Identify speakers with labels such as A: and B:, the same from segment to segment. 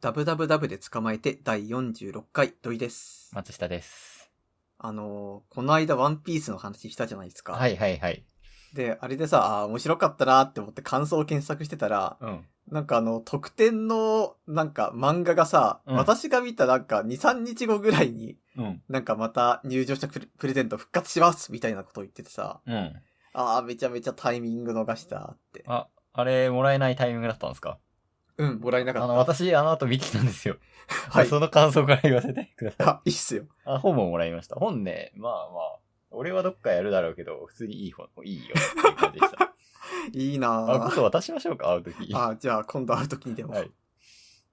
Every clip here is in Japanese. A: ダブダブダブで捕まえて第46回土井です。
B: 松下です。
A: あのーこの間ワンピースの話したじゃないですか。
B: はいはいはい。
A: で、あれでさ、あー面白かったなーって思って感想を検索してたら、
B: うん。
A: なんかあの、特典の、なんか漫画がさ、
B: うん
A: 私が見たなんか2、3日後ぐらいに、
B: うん。
A: なんかまた入場したプレプレゼント復活しますみたいなことを言っててさ、
B: うん。
A: ああ、めちゃめちゃタイミング逃したって。
B: あ、あれ、もらえないタイミングだったんですか
A: うん、もらえな
B: あ
A: かった。
B: の、私、あの後見てきたんですよ。
A: はい
B: その感想から言わせてください。
A: あ、いいっすよ。
B: あ、本ももらいました。本ね、まあまあ、俺はどっかやるだろうけど、普通にいい本、いいよっていう感じ でした。
A: いい
B: あ、
A: な
B: 今
A: ー
B: 度渡しましょうか、会うとき。
A: あーじゃあ今度会う時にでも。
B: はい。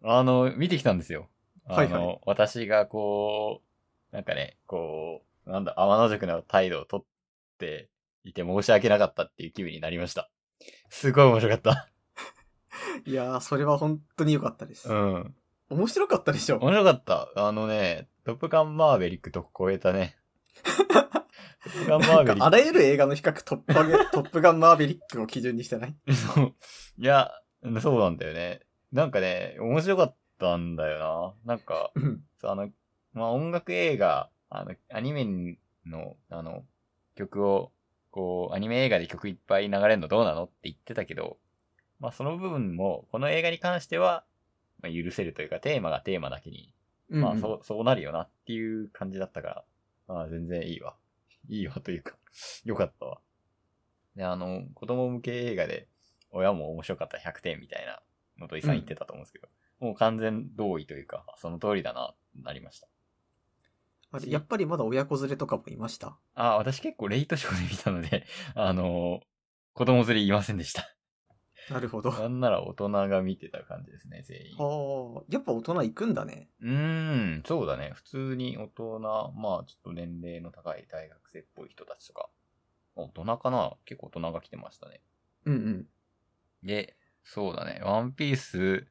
B: あの、見てきたんですよ。あの、
A: はいは
B: 私がこう、なんかね、こう、なんだ、天の塾の態度をとっていて申し訳なかったっていう気分になりました。すごい面白かった。
A: いやー、それは本当に良かったです。
B: うん。
A: 面白かったでしょ
B: 面白かった。あのね、トップガンマーベリックと超えたね。
A: なん
B: トップガンマーベ
A: か
B: リッ
A: あらゆる映画の比較トップガン、 トップガンマーヴェリックを基準にしてない
B: ク。そう いや、そうなんだよね。なんかね、面白かったんだよな。なんか、
A: うん。
B: そう、あの、まあ、音楽映画、あの、アニメの、あの、曲を、こう、アニメ映画で曲いっぱい流れるのどうなのって言ってたけど、まあ、その部分も、この映画に関しては、まあ、許せるというか、テーマがテーマだけに、まあ、
A: うん
B: そう、そうなるよなっていう感じだったから、まあ、全然いいわ。 いいわというか、 よかったわ。で、あの、子供向け映画で、親も面白かった100点みたいな、のと井さん言ってたと思うんですけど、もう完全同意というか、その通りだな、なりました。
A: あれやっぱりまだ親子連れとかもいました。
B: あ、私結構レイトショーで見たので、あの子供連れいませんでした。
A: なるほど。あ
B: なんなら大人が見てた感じですね、全員。
A: あ、やっぱ大人行くんだね。
B: うーん、そうだね。普通に大人、まあちょっと年齢の高い大学生っぽい人たちとか、大人かな結構大人が来てましたね。
A: うんうん。
B: で、そうだね。ワンピース、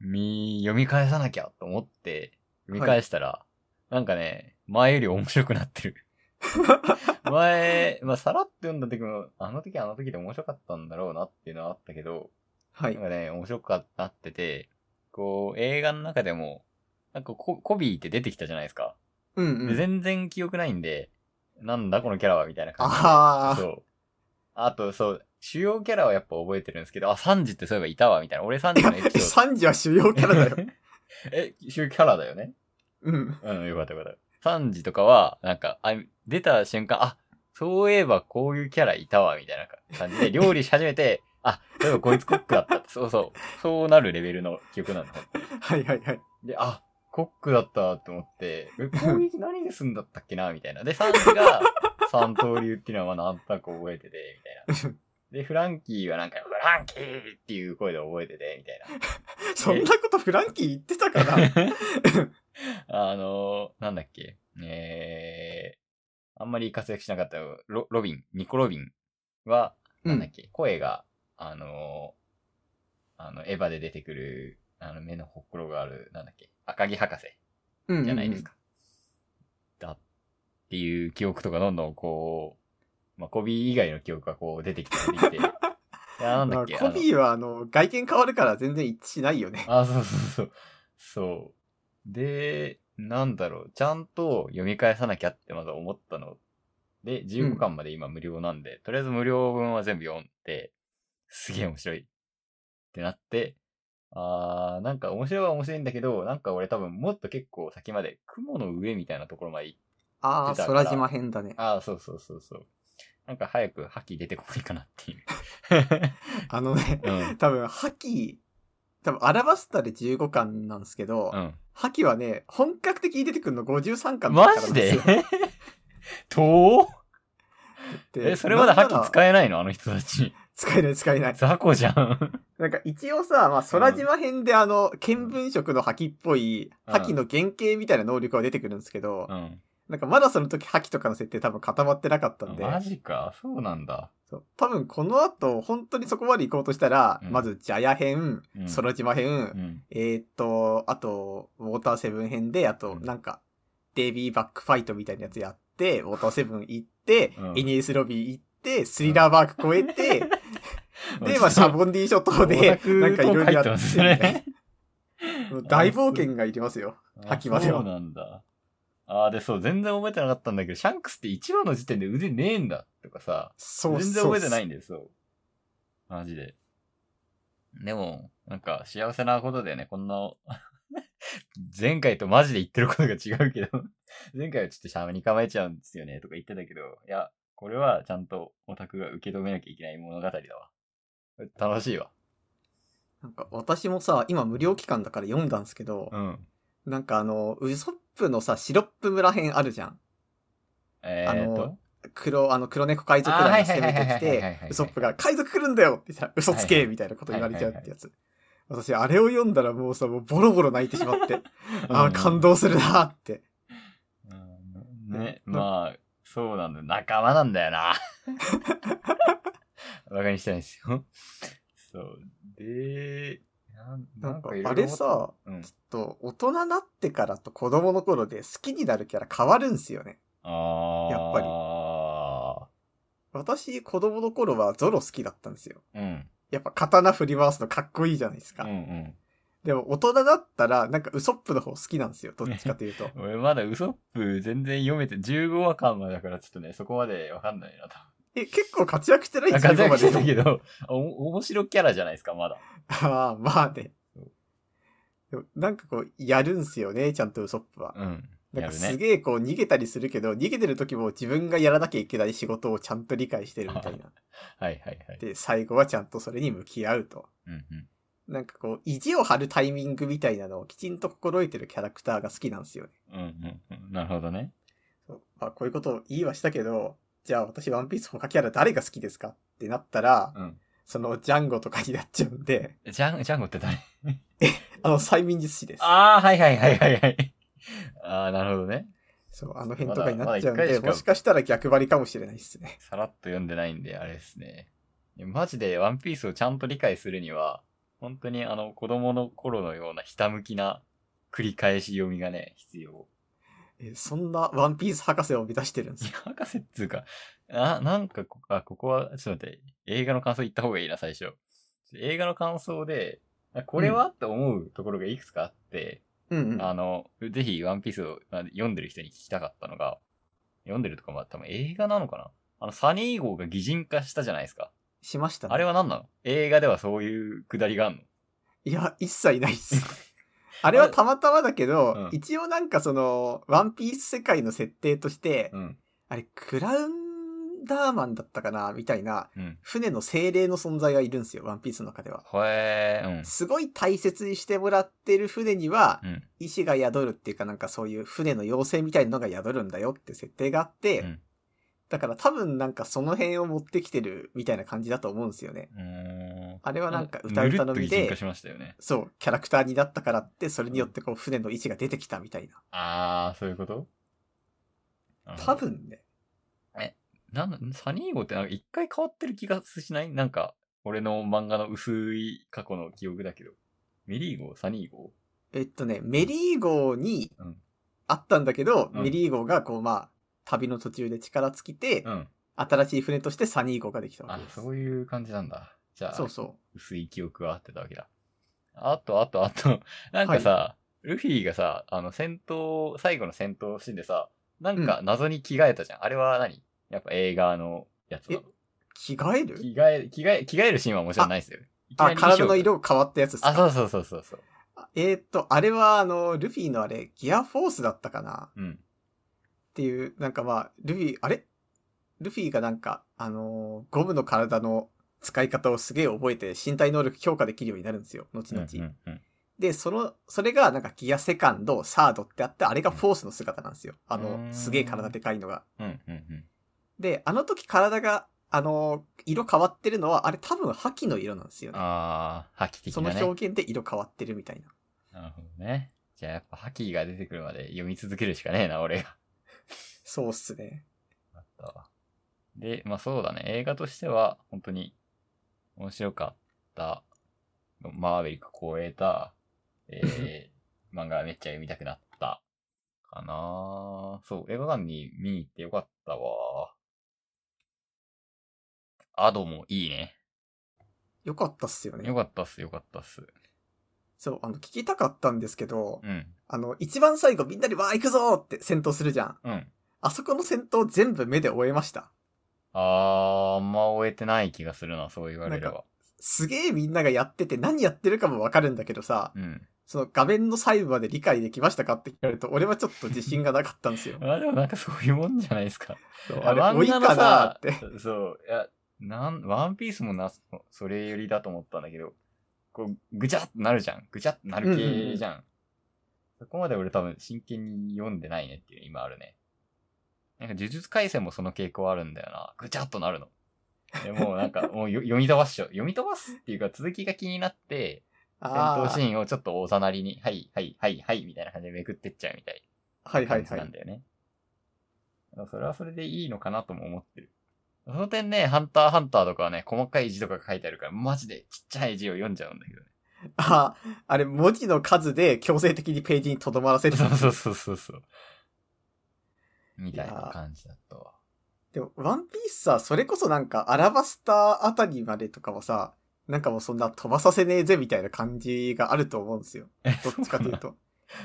B: み、読み返さなきゃと思って、読み返したら、なんかね、前より面白くなってる。前、まあ、さらっと読んだ時も、あの時あの時で面白かったんだろうなっていうのはあったけど、
A: はい
B: なん。かね、面白くなってて、こう、映画の中でも、なんかココビーって出てきたじゃないですか。
A: うんう
B: で
A: ん。
B: 全然記憶ないんで、なんだこのキャラはみたいな感じで。
A: あー
B: そう。あと、そう、主要キャラはやっぱ覚えてるんですけど、あ、サンジってそういえばいたわ、みたいな。俺サンジのエピソー
A: サンジは主要キャラだよ
B: ド。。え、主要キャラだよね。
A: うん。
B: うん、よかったよかった。サンジとかは、なんか、あ出た瞬間、あ、そういえばこういうキャラいたわ、みたいな感じで、料理し始めて、あ、そういえばこいつコックだった。そうそう。そうなるレベルの記憶なの。
A: はいはいはい。
B: で、あ、コックだったと思って、え、攻撃何ですんだったっけなみたいな。で、サンジが三刀流っていうのはまあなんとなく覚えてて、みたいな。で、フランキーはなんか、フランキーっていう声で覚えてて、みたいな。
A: そんなことフランキー言ってた かな
B: あのー、なんだっけ、えー、あんまり活躍しなかったロロビン、ニコ・ロビンは、
A: う
B: なんだっ
A: ん。
B: け、声が、あのー、あの、エヴァで出てくる、あの、目のほくろがある、なんだっけ、赤木博士
A: うん。
B: じゃないですか。だっていう記憶とかどんどんこう、まあ、コビー以外の記憶がこう出てきて、出てきて。 いや、な
A: うんん。
B: だ
A: ま
B: っ
A: あ
B: け、
A: コビーはあの、外見変わるから全然一致しないよね。
B: あ、そうそうそう。そう。で、なんだろう、ちゃんと読み返さなきゃってまだ思ったの。で、15巻まで今無料なんで、とりあえず無料分は全部読んで、すげえ面白いってなって、あー、なんか面白いは面白いんだけど、なんか俺多分もっと結構先まで雲の上みたいなところまで行っ
A: ああ、
B: 出たから
A: 空島編だね。
B: あー、そうそうそうそう。なんか早く覇気出てこないかなっ ていう。
A: あのね、
B: うん。
A: 多分、覇気、多分、アラバスタで15巻なんですけど、
B: うん。
A: 覇気はね、本格的に出てくるの53巻だ
B: マ
A: からなんす
B: ジで
A: よ
B: 遠っ
A: で
B: え、それまで覇気
A: え
B: 使えないのあの人たち。
A: 使えない使えない。
B: 雑魚じゃん。
A: なんか一応さ、まあ、空島編であの、見聞色の覇気っぽい、
B: うん
A: 覇気の原型みたいな能力が出てくるんですけど、
B: うん。
A: なんかまだその時覇気とかの設定多分固まってなかったんで、
B: マジか。そうなんだ。
A: そう多分この後、本当にそこまで行こうとしたら、
B: うん
A: まず、ジャヤ編、
B: うん
A: 空島編、
B: うん。
A: えーっと、あと、ウォーターセブン編で、あと、
B: うん
A: なんか、デイビーバックファイトみたいなやつやって、ウォーターセブン行って、
B: うん
A: NS ロビー行って、スリラーバーク越え て、 で、まあ、シャボンディ諸島
B: オタ
A: で、
B: ク
A: なんかいろいろやって
B: と書いてます
A: みたい
B: ね
A: な。 もう大冒険がいりますよ。
B: あ
A: 秋までは
B: そうなんだ。ああ、で、そう、全然覚えてなかったんだけど、シャンクスって1話の時点で腕ねえんだとかさ、
A: そう。
B: 全然覚えてないいんだよ、そう。マジで。でも、なんか、幸せなことだよね、こんな、 前回とマジで言ってることが違うけど、 前回はちょっとシャムに構えちゃうんですよね、とか言ってたけど、いや、これはちゃんとオタクが受け止めなきゃいけない物語だわ。楽しいわ。
A: なんか私もさ、今無料期間だから読んだんですけど、
B: うん。
A: なんかあの、ウソップのさ、シロップ村編あるじゃん。
B: え
A: あ
B: ー、っと
A: の、黒、あの、黒猫海賊団が攻めてき
B: あはいはいはいはいはいはい
A: て
B: はい、
A: ウソップが海賊来るんだよってさ、嘘つ
B: はい
A: け
B: はい
A: みたいなこと言われちゃうってやつ。私、あれを読んだらもうさ、もうボロボロ泣いてしまって、あ
B: う
A: あ、
B: ん
A: 感動するなーって。
B: うんね、
A: うん
B: まあ、そうなんだよ。仲間なんだよな。 バカにしてないですよ。そう。で、な
A: なんか
B: い、ろいろ
A: あれさ、
B: うん
A: ちょっと、大人になってからと子供の頃で好きになるキャラ変わるんすよね。
B: あ
A: やっぱり
B: り。
A: 私、子供の頃はゾロ好きだったんですよ。
B: うん。
A: やっぱ刀振り回すのかっこいいじゃないですか。
B: うんうん。
A: でも、大人だったら、なんかウソップの方好きなんですよ。どっちかという と。
B: 俺まだウソップ全然読めて15話間までだからちょっとね、そこまでわかんな いなと。
A: え、結構活躍してない
B: なんか活
A: 15ま
B: 躍
A: で
B: してたけど、お面白キャラじゃないですか、まだ。
A: ああ、 まあね。でもなんかこう、やるんすよね、ちゃんとウソップは。
B: うん。
A: なんか
B: やる
A: す
B: ね。
A: げえこう逃げたりするけど、逃げてる時も自分がやらなきゃいけない仕事をちゃんと理解してるみたいな。
B: はいはいはい。
A: で、最後はちゃんとそれに向き合うと。
B: うんうん。
A: なんかこう、意地を張るタイミングみたいなのをきちんと心得てるキャラクターが好きなんですよね。
B: うんうんうん。なるほどね。
A: そうまあ、こういうことを言いはしたけど、じゃあ私ワンピース他キャラ誰が好きですかってなったら、
B: うん。
A: そのジャンゴとかになっちゃうんで、
B: ジャン、ジャンゴって誰
A: あの催眠術師です。
B: ああ、はいはいはいはいはい。 ああ、なるほどね。
A: そう、あの辺とかになっちゃうん
B: まだまだ一回
A: で、
B: しか
A: もしかしたら逆張りかもしれないですね。
B: さらっと読んでないんで、あれですね。いやマジでワンピースをちゃんと理解するには、本当にあの子供の頃のようなひたむきな繰り返し読みがね、必要。
A: えそんなワンピース博士を目指してるんで
B: い
A: す
B: や、
A: か
B: 博士っつうか、あ、なんかこ、あ、ここは、ちょっと待って、映画の感想言った方がいいな、最初。映画の感想で、あこれは、って思うところがいくつかあって、
A: うんうん。
B: あの、ぜひワンピースをまあ読んでる人に聞きたかったのが、読んでるとかまあ多分映画なのかなあの、サニー号が擬人化したじゃないですか。
A: しましたね。
B: あれは何なの映画ではそういうくだりがあるの
A: いや、一切ないっす。 あれはたまたまだけど、
B: うん
A: 一応なんかその、ワンピース世界の設定として、
B: うん。
A: あれ、クラウンダーマンだったかなみたいな、
B: うん。
A: 船の精霊の存在がいるんですよ、ワンピースの中では。
B: ほえー、
A: すごい大切にしてもらってる船には、
B: うん。うん。
A: 意志が宿るっていうかなんかそういう船の妖精みたいなのが宿るんだよって設定があって、
B: うん
A: だから多分なんかその辺を持ってきてるみたいな感じだと思うんですよね。
B: うーん。
A: あれはなんか
B: ぬ
A: 歌うたの
B: ぬる
A: み
B: っと擬人
A: で
B: 化、しましたよね。
A: そう、キャラクターになったからって、それによってこう船の位置が出てきたみたいな。
B: あー、そういうこと
A: 多。分ね。
B: なるほどなんサニー号ってなんか一回変わってる気がしないなんか、俺の漫画の薄い過去の記憶だけど。メリー号サニー号
A: えっとね、メリー号に
B: うん
A: あったんだけど、
B: うん
A: メリー号がこうまあ、旅の途中で力尽きて、
B: うん。
A: 新しい船としてサニー号ができたわ
B: あ
A: けで、す。
B: そういう感じなんだ。じゃあ、
A: そうそう。
B: 薄い記憶が合ってたわけだ。あと、あと、あと、 なんかさ、ルフィがさ、あの、戦闘、最後の戦闘シーンでさ、なんか謎に着替えたじゃん。あれは何やっぱ映画のやつなの
A: 着替える
B: 着替え、着替え、着替えるシーンはもちろんないですよ。いきな
A: あ、
B: り
A: 体
B: 衣
A: の
B: 装
A: 色が変わったやつです
B: あ、
A: か
B: そうそうそうそうそう。
A: えーっと、あれはあの、ルフィのあれ、ギアフォースだったかなっ
B: うん。
A: ていう、なんかまあ、ルフィ、あれルフィがなんか、あのーゴムの体の使い方をすげえ覚えて身体能力強化できるようになるんですよ、後々。
B: うんうんうん
A: で、その、それがなんかギアセカンド、サードってあって、あれがフォースの姿なんですよ。あ
B: うー
A: の、
B: ん
A: すげえ体でかいのが。
B: うんうんうん。
A: で、あの時体が、あの、色変わってるのは、あれ多分覇気の色なんですよね。
B: あー、覇気的
A: そ
B: な
A: の
B: ね。
A: 表現で色変わってるみたいな。
B: なるほどね。じゃあやっぱ覇気が出てくるまで読み続けるしかねえな、俺が。
A: そうっすね。
B: あったわ。で、まあそうだね。映画としては、本当に面白かった。マーヴェリックを超えた、えー、漫画めっちゃ読みたくなった。かなぁそう、映画館に見に行ってよかったわ。アドもいいね。
A: よかったっすよね
B: よ。かったっす、よかったっす。
A: そう、あの、聞きたかったんですけど、
B: うん。
A: あの、一番最後みんなでわー行くぞーって戦闘するじゃん。
B: うん。
A: あそこの戦闘全部目で終えました。
B: あー、あんま終えてない気がするな、そう言われれ
A: な
B: ば。
A: すげーみんながやってて何やってるかもわかるんだけどさ、
B: うん。。
A: その画面の細部まで理解できましたかって聞かれると、俺はちょっと自信がなかったんですよ
B: あ、でもなんかそういうもんじゃないですか。
A: そう
B: いや
A: あれ、
B: 漫
A: 多い
B: 画
A: かな
B: の
A: ー
B: さ
A: って。、
B: そう、いや、なん、ワンピースもな、それよりだと思ったんだけど、こう、ぐちゃってなるじゃん。ぐちゃってなる系じゃん。そこまで俺多分真剣に読んでないねっていう、今あるね。なんか呪術廻戦もその傾向あるんだよな。ぐちゃっとなるの。でもうなん か、もうよ読み飛ばしちゃう。読み飛ばすっていうか続きが気になって、戦闘
A: あ
B: シ
A: ー
B: ーンをちょっとおざなりに、はい、はい、はい、はい、みたいな感じでめくってっちゃうみたい。
A: はいは
B: 感
A: い
B: じ
A: は
B: なん
A: い。
B: だよね。それはそれでいいのかなとも思ってる。その点ね、ハンターハンターとかはね、細かい字とか書いてあるから、マジでちっちゃい字を読んじゃうんだけ どね。
A: あー、あれ、文字の数で強制的にページに留まらせる。
B: そうそうそうそうそう。みたいな感じだったわ。
A: でも、ワンピースさ、それこそなんか、アラバスターあたりまでとかはさ、なんかもうそんな飛ばさせねえぜみたいな感じがあると思うんですよ。どっちかというと。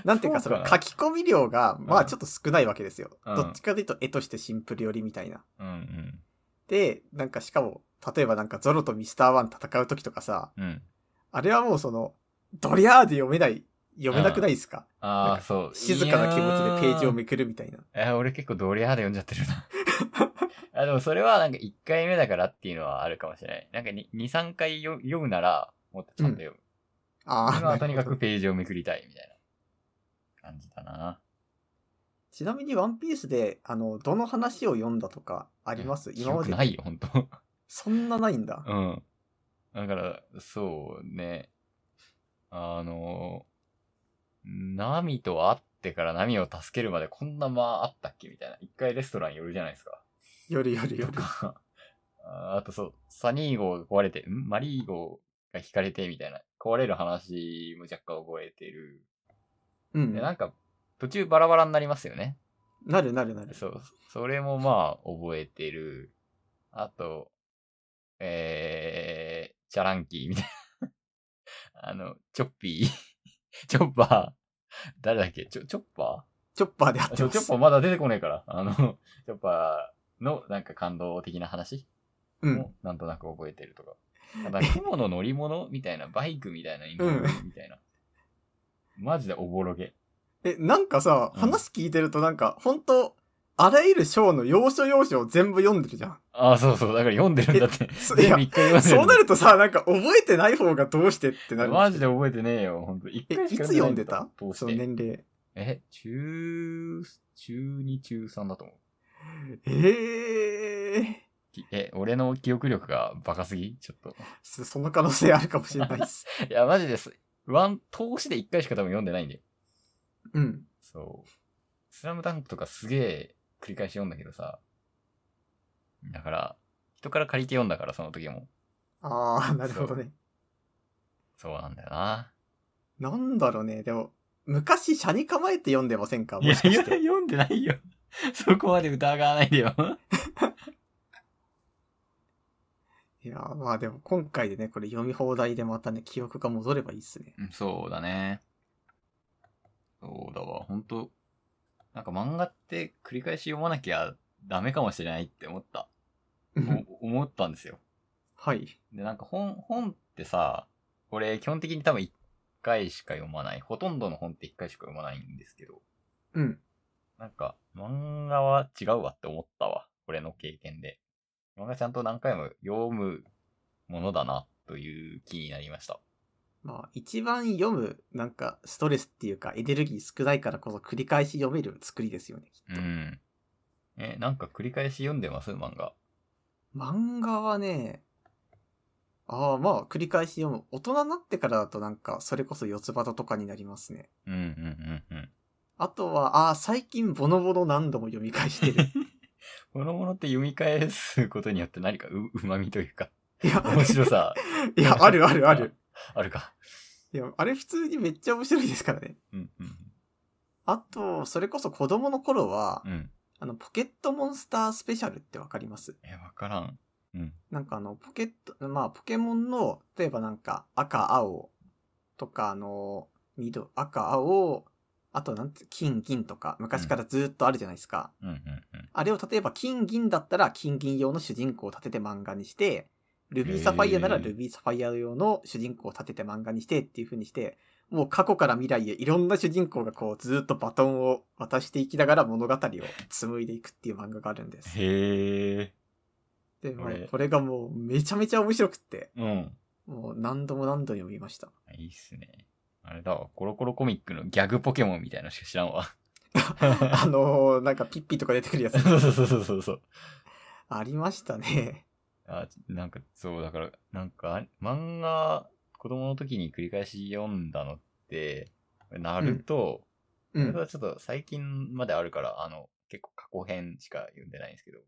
A: なんていうか、そ
B: そうか
A: の
B: な
A: 書き込み量が、ま
B: う
A: あ
B: ん
A: ちょっと少ないわけですよ。
B: うん
A: どっちかというと、絵としてシンプル寄りみたいな。
B: うんうん。
A: で、なんかしかも、例えばなんかゾロとミスターワン戦う時とかさ、
B: うん。
A: あれはもうその、ドリャーで読めない、読めなくないですか、
B: あ
A: なん
B: あ、
A: か
B: そう。
A: 静かな気持ちでページを
B: 見
A: めくるみたいな。
B: え俺結構ドリアーで読んじゃってる な。あでもそれはなんか1回目だからっていうのはあるかもしれない。なんか2、3回よ読むなら、もっとちゃんと読む。
A: ああ、
B: 今はとにか
A: なる
B: く
A: ほど
B: ページをめくりたいみたいな感じだな。
A: ちなみにワンピースで、あの、どの話を読んだとかあ
B: あ
A: ります、
B: 記
A: 今ま
B: 憶
A: で。
B: ないよ、ほんと。
A: そんなないんだ。
B: うん。だから、そうね。あの、ナミと会ってからナミを助けるまでこんな間あったっけみたいな。一回レストラン寄るじゃないですか。
A: よりよりよ
B: と
A: り。
B: か、ああとそう、サニー号が壊れて、んマリー号が引かれてみたいな、壊れる話も若干覚えてる。
A: うん。
B: で、な
A: なん
B: か、途中バラバラになりますよね。
A: るなるなる。
B: そう、それもまあ、覚えてる。あと、えー、チャランキーみたいな。 あの、チョッピー、 チョッパー、誰だっけチョチョッパ
A: チョッパーであっ
B: ー
A: て
B: そう
A: ま
B: チョッ
A: す
B: パー。まだ出てこないから。あの、チョッパーのなんか感動的な話
A: うん。
B: もなんとなく覚えてるとか。あなんか雲の乗り物みたいな、バイクみたいな、犬みたいな。マジでおぼろげ。
A: え、なんかさ、
B: うん
A: 話聞いてるとなんか、本当あらゆる章の要所要所を全部読んでる じゃん。
B: ああ、そうそう。だから読んでるんだって。
A: そい
B: 全
A: や
B: 部一回読んでるんだって
A: そうなるとさ、なんか覚えてない方がどうしてってなる。
B: マジで覚えてねえよ、ほんと。一
A: え、
B: 回
A: い
B: し
A: つ
B: か
A: 読ん
B: ない
A: でた
B: どう
A: その
B: して
A: 年齢。
B: え、中、中2、中3だと思う。
A: ええー。
B: きえ、俺の記憶力がバカすぎちょっと。
A: そその可能性あるかもしれない です。
B: いや、マジです。ワン、通しで一回しか多分読んでないんだよ。
A: うん。
B: そう。スラムダンクとかすげえ繰り返し読んだけどさ。だから、人から借りて読んだから、その時も。
A: ああ、なるほどね。
B: そうなんだよな。
A: なんだろうね。でも、昔、車に構えて読んでませんか
B: い
A: も
B: や、
A: しかして。
B: 読んでないよ。 そこまで疑わないでよ。
A: いやー、まあでも今回でね、これ読み放題でまたね、記憶が戻ればいいっすね。
B: うんそうだね。そうだわ、ほんと。なんか漫画って繰り返し読まなきゃダメかもしれないって思った。お思ったんですよ。
A: はい。
B: で、なんか本、本ってさ、これ基本的に多分一回しか読まない。ほとんどの本って一回しか読まないんですけど、
A: うん。
B: なんか漫画は違うわって思ったわ。俺の経験で。漫画ちゃんと何回も読むものだな、という気になりました。
A: まあ、一番読む、なんか、ストレスっていうか、エネルギー少ないからこそ繰り返し読める作りですよね、き
B: う
A: っと。
B: ん。え、なんか繰り返し読んでます漫画。
A: 漫画はね、ああ、まあ、繰り返し読む。大人になってからだとなんか、それこそ四つ葉とかになりますね。
B: うんうんうんうん。
A: あとは、ああ、最近、ボノボノ何度も読み返して る。
B: このものって読み返すことによって何かう、 うまみというか、
A: いや、
B: 面白さ、
A: いや、あるあるある。
B: あるか。
A: いや、あれ普通にめっちゃ面白いですからね。
B: うんうん
A: あと、それこそ子供の頃は、
B: うん。うん。
A: あの、ポケットモンスタースペシャルってわかります
B: え、わからん。うん。
A: なんかあの、ポケット、まあ、ポケモンの、例えばなんか、赤、青、とか、あの、緑、赤、青、あとなんて、金、銀とか、昔からずっとあるじゃないですか。
B: うんうんうん。
A: あれを例えば金銀だったら金銀用の主人公を立てて漫画にして、ルビーサファイアなら
B: へー
A: ルビーサファイア用の主人公を立てて漫画にしてっていう風にして、もう過去から未来へいろんな主人公がこうずっとバトンを渡していきながら物語を紡いでいくっていう漫画があるんです。
B: へえ。
A: で、もう
B: これ
A: これがもうめちゃめちゃ面白くって、
B: うん。
A: もう何度も何度も読みました。
B: いいっすね。あれだわ、コロコロコミックのギャグポケモンみたいなのしか知らんわ。
A: あのー、なんかピッピとか出てくるやつ
B: そうそうそうそうそう。
A: ありましたね。
B: あ、なんか、そう、だから、なんか、あ漫画、子供の時に繰り返し読んだのって、ナルト、
A: う
B: ナルト
A: ん。
B: はちょっと最近まであるから、あの、結構過去編しか読んでないんですけど、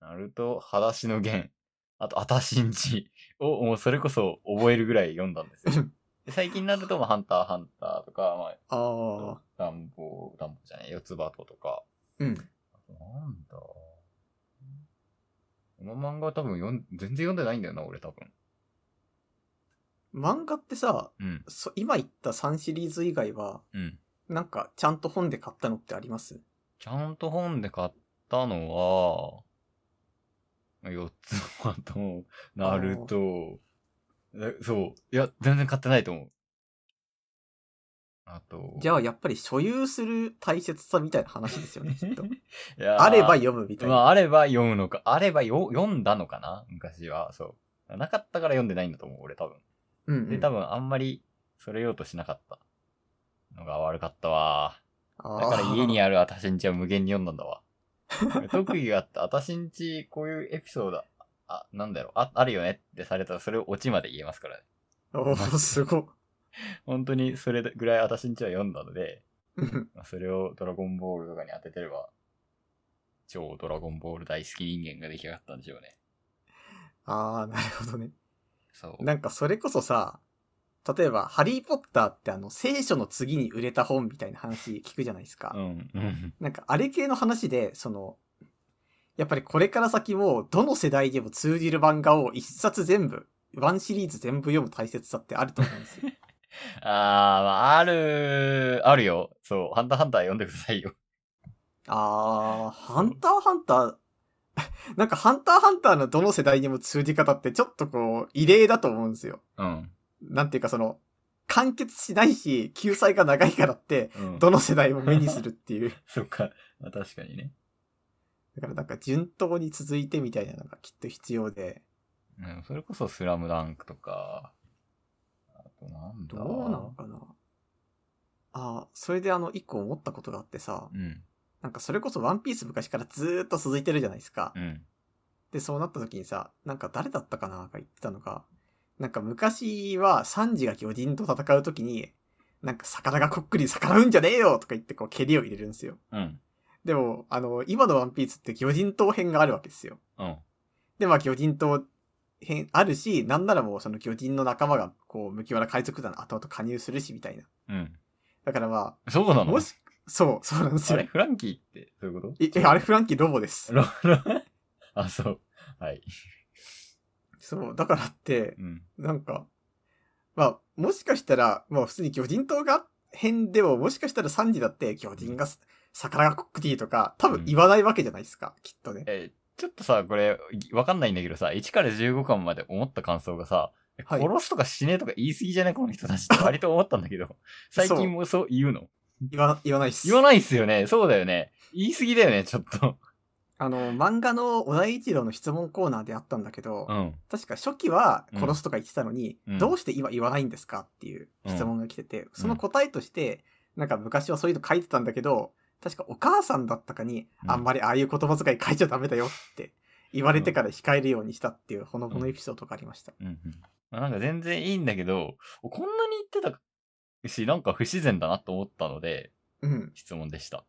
B: ナルト、裸足の弦、あと、アタシンチを、もうそれこそ覚えるぐらい読んだんです よ。で最近になると、まあ、ハンター、ハンターとか、まあ、
A: ああ。
B: 乱暴、乱暴じゃない、四つ葉ととか。
A: うん。
B: あとなんだ。この漫画は多分読ん、全然読んでないんだよな、俺多分。
A: 漫画ってさ、
B: うん。
A: そ今言った3シリーズ以外は、
B: うん。
A: なんか、ちゃんと本で買ったのってあります
B: ちゃんと本で買ったのは、四つ葉と、ナルト、えそう。いや、全然買ってないと思う。あと。
A: じゃ あ、やっぱり所有する大切さみたいな話ですよね、きっと。
B: いやー
A: あれば読むみたい
B: ま
A: な。
B: あ、あれば読むのか。あればよ読んだのかな昔は。そう。なかったから読んでないんだと思う、俺多分。
A: うんうん、
B: で、多分あんまり、それようとしなかったのが悪かったわ。だから家に
A: あ
B: ある私んちは無限に読んだんだ わ。特技があった、私んち、こういうエピソード、あ、なんだろう、あ、あるよねってされたら、それをオチまで言えますからね。
A: ー。おーすごい。
B: 本当にそれぐらい私んちは読んだので、
A: うん
B: まあそれをドラゴンボールとかに当ててれば、超ドラゴンボール大好き人間が出来上がったんでしょうね。
A: ああ、なるほどね。
B: そう。
A: なんか、それこそさ、例えば、ハリーポッターってあの、聖書の次に売れた本みたいな話聞くじゃないですか。
B: うん、 うん。
A: なんか、あれ系の話で、その、やっぱりこれから先も、どの世代でも通じる漫画を一冊全部、ワンシリーズ全部読む大切さってあると思うんですよ。
B: あー、まあ、ある、あるよ。そう、ハンターハンター読んでくださいよ。
A: あー、ハンターハンター、 なんかハンターハンターのどの世代にも通じ方ってちょっとこう、異例だと思うんですよ。
B: うん。
A: なんていうかその、完結しないし、救済が長いからって、
B: うん、
A: どの世代も目にするっていう。
B: そっか。まあ、確かにね。
A: だからなんか順当に続いてみたいなのがきっと必要で。
B: うん、それこそスラムダンクとか、あとなんだ
A: どうなのかなあー、それであの、一個思ったことがあってさ、
B: うん、
A: なんかそれこそワンピース昔からずーっと続いてるじゃないですか。
B: うん。
A: で、そうなった時にさ、なんか誰だったかなが言ってたのが、なんか昔はサンジが魚人と戦う時に、なんか魚がこっくり逆らうんじゃねえよとか言ってこう蹴りを入れるんですよ。
B: うん、
A: でも、あの、今のワンピースって魚人島編があるわけですよ。
B: うん。
A: で、まあ魚人島編あるし、なんならもうその魚人の仲間がこう麦わら海賊団の後々加入するしみたいな。
B: うん。
A: だからま
B: そうな
A: あ、
B: の
A: もし、そう、そうなんです
B: あ
A: よ
B: れ。フランキーって、そういうこと
A: いえ、あれフランキーロボです。
B: ロ ロあ、そう。はい。
A: そう、だからって
B: う、ん。
A: なんか、まあ、もしかしたら、まあ普通に魚人島が変でも、もしかしたらサンジだって魚人がす、魚がコックティーとか、多分言わないわけじゃないですか、きっとね。
B: え、ちょっとさ、これ、いわかんないんだけどさ、1から15巻まで思った感想がさ、え
A: はい
B: 殺すとか死ねとか言い過ぎじゃないこの人た ちって割と思ったんだけど、最近もそう言うの
A: 言わ、言わないっす。
B: 言わないっすよね。そうだよね。言い過ぎだよね、ちょっと。
A: あの、漫画の小田栄一郎の質問コーナーであったんだけど、
B: うん。
A: 確か初期は殺すとか言ってたのに、
B: うん
A: どうして今言わないんですかっていう質問が来てて、その答えとして、なんか昔はそういうの書いてたんだけど、確かお母さんだったかに、
B: うん
A: あんまりああいう言葉遣い書いちゃダメだよって言われてから控えるようにしたっていうほのぼのエピソードがありました。
B: うんうん。まあ、なんか全然いいんだけど、こんなに言ってたし、なんか不自然だなと思ったので、
A: うん。
B: 質問でした。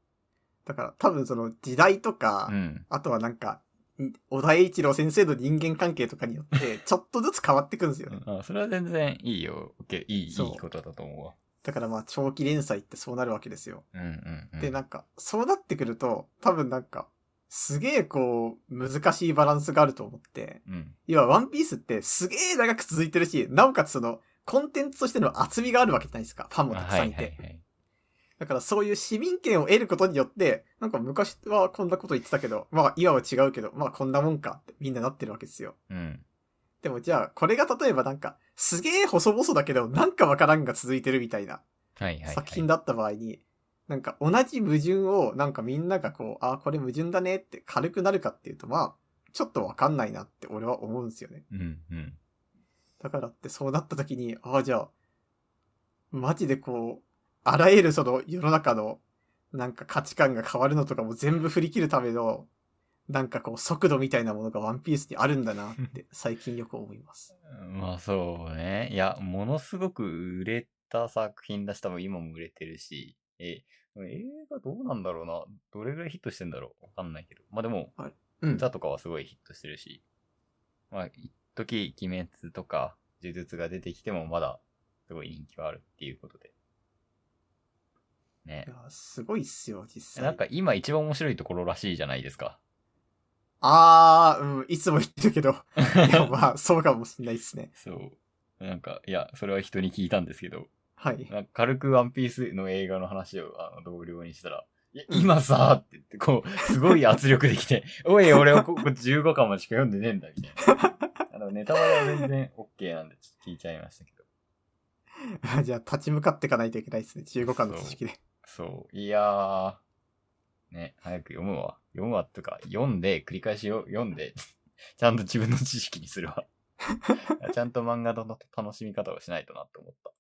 A: だから多分その時代とか、
B: うん。
A: あとはなんか、ん小田栄一郎先生の人間関係とかによ って、ちょっとずつ変わってくんですよね。
B: あそれは全然いいよ。OK いい、いい
A: そう
B: ことだと思うわ。
A: だからまあ長期連載ってそうなるわけですよ。
B: うんうん、うん。
A: で、なんか、そうなってくると、多分なんか、すげえこう、難しいバランスがあると思って、
B: うん。
A: 要はワンピースってすげえ長く続いてるし、なおかつその、コンテンツとしての厚みがあるわけじゃないですか。ファンもたく
B: は
A: さん
B: い
A: いて。
B: はいはい。
A: だからそういう市民権を得ることによって、なんか昔はこんなこと言ってたけど、まあ今は違うけど、まあこんなもんかってみんななってるわけですよ。
B: うん。
A: でもじゃあ、これが例えばなんか、すげえ細々だけど、なんかわからんが続いてるみたいな
B: はいはい、はい。
A: 作品だった場合に、なんか同じ矛盾を、なんかみんながこう、ああ、これ矛盾だねって軽くなるかっていうと、まあ、ちょっとわかんないなって俺は思うんですよね。
B: うんうん。
A: だからってそうなった時に、ああ、じゃあ、マジでこう、あらゆるその世の中の、なんか価値観が変わるのとかも全部振り切るための、なんかこう速度みたいなものがワンピースにあるんだな って最近よく思います。
B: まあそうね。いや、ものすごく売れた作品だし、多分今も売れてるし、え、でも映画どうなんだろうな。どれぐらいヒットしてんだろうわかんないけど。まあでも、
A: うん。
B: 歌とかはすごいヒットしてるし、まあ、一時鬼滅とか呪術が出てきてもまだすごい人気はあるっていうことで。ね
A: い。やすごいっすよ、実際。
B: なんか今一番面白いところらしいじゃないで すか。
A: あー、うん、いつも言ってるけど。いや、 まあ、そうかもしんないっすね。
B: そう。なんか、いや、それは人に聞いたんですけど、
A: はい。
B: なんか軽くワンピースの映画の話をあの同僚にしたら、いや
A: うん
B: 今さーって言って、こう、すごい圧力できて、おい、俺はここ15巻までしか読んでねえんだ、みたい な。あの、ネタバレは全然 OK なんで、ちょっと聞いちゃいましたけ ど。
A: じゃあ、立ち向かっていかないといけないっすね。15巻の知識で。
B: そう。いやー。ね、早く読むわ。読むわってか、読んで、繰り返しよ読んで、 ちゃんと自分の知識にする わ。ちゃんと漫画の楽しみ方をしないとなって思った。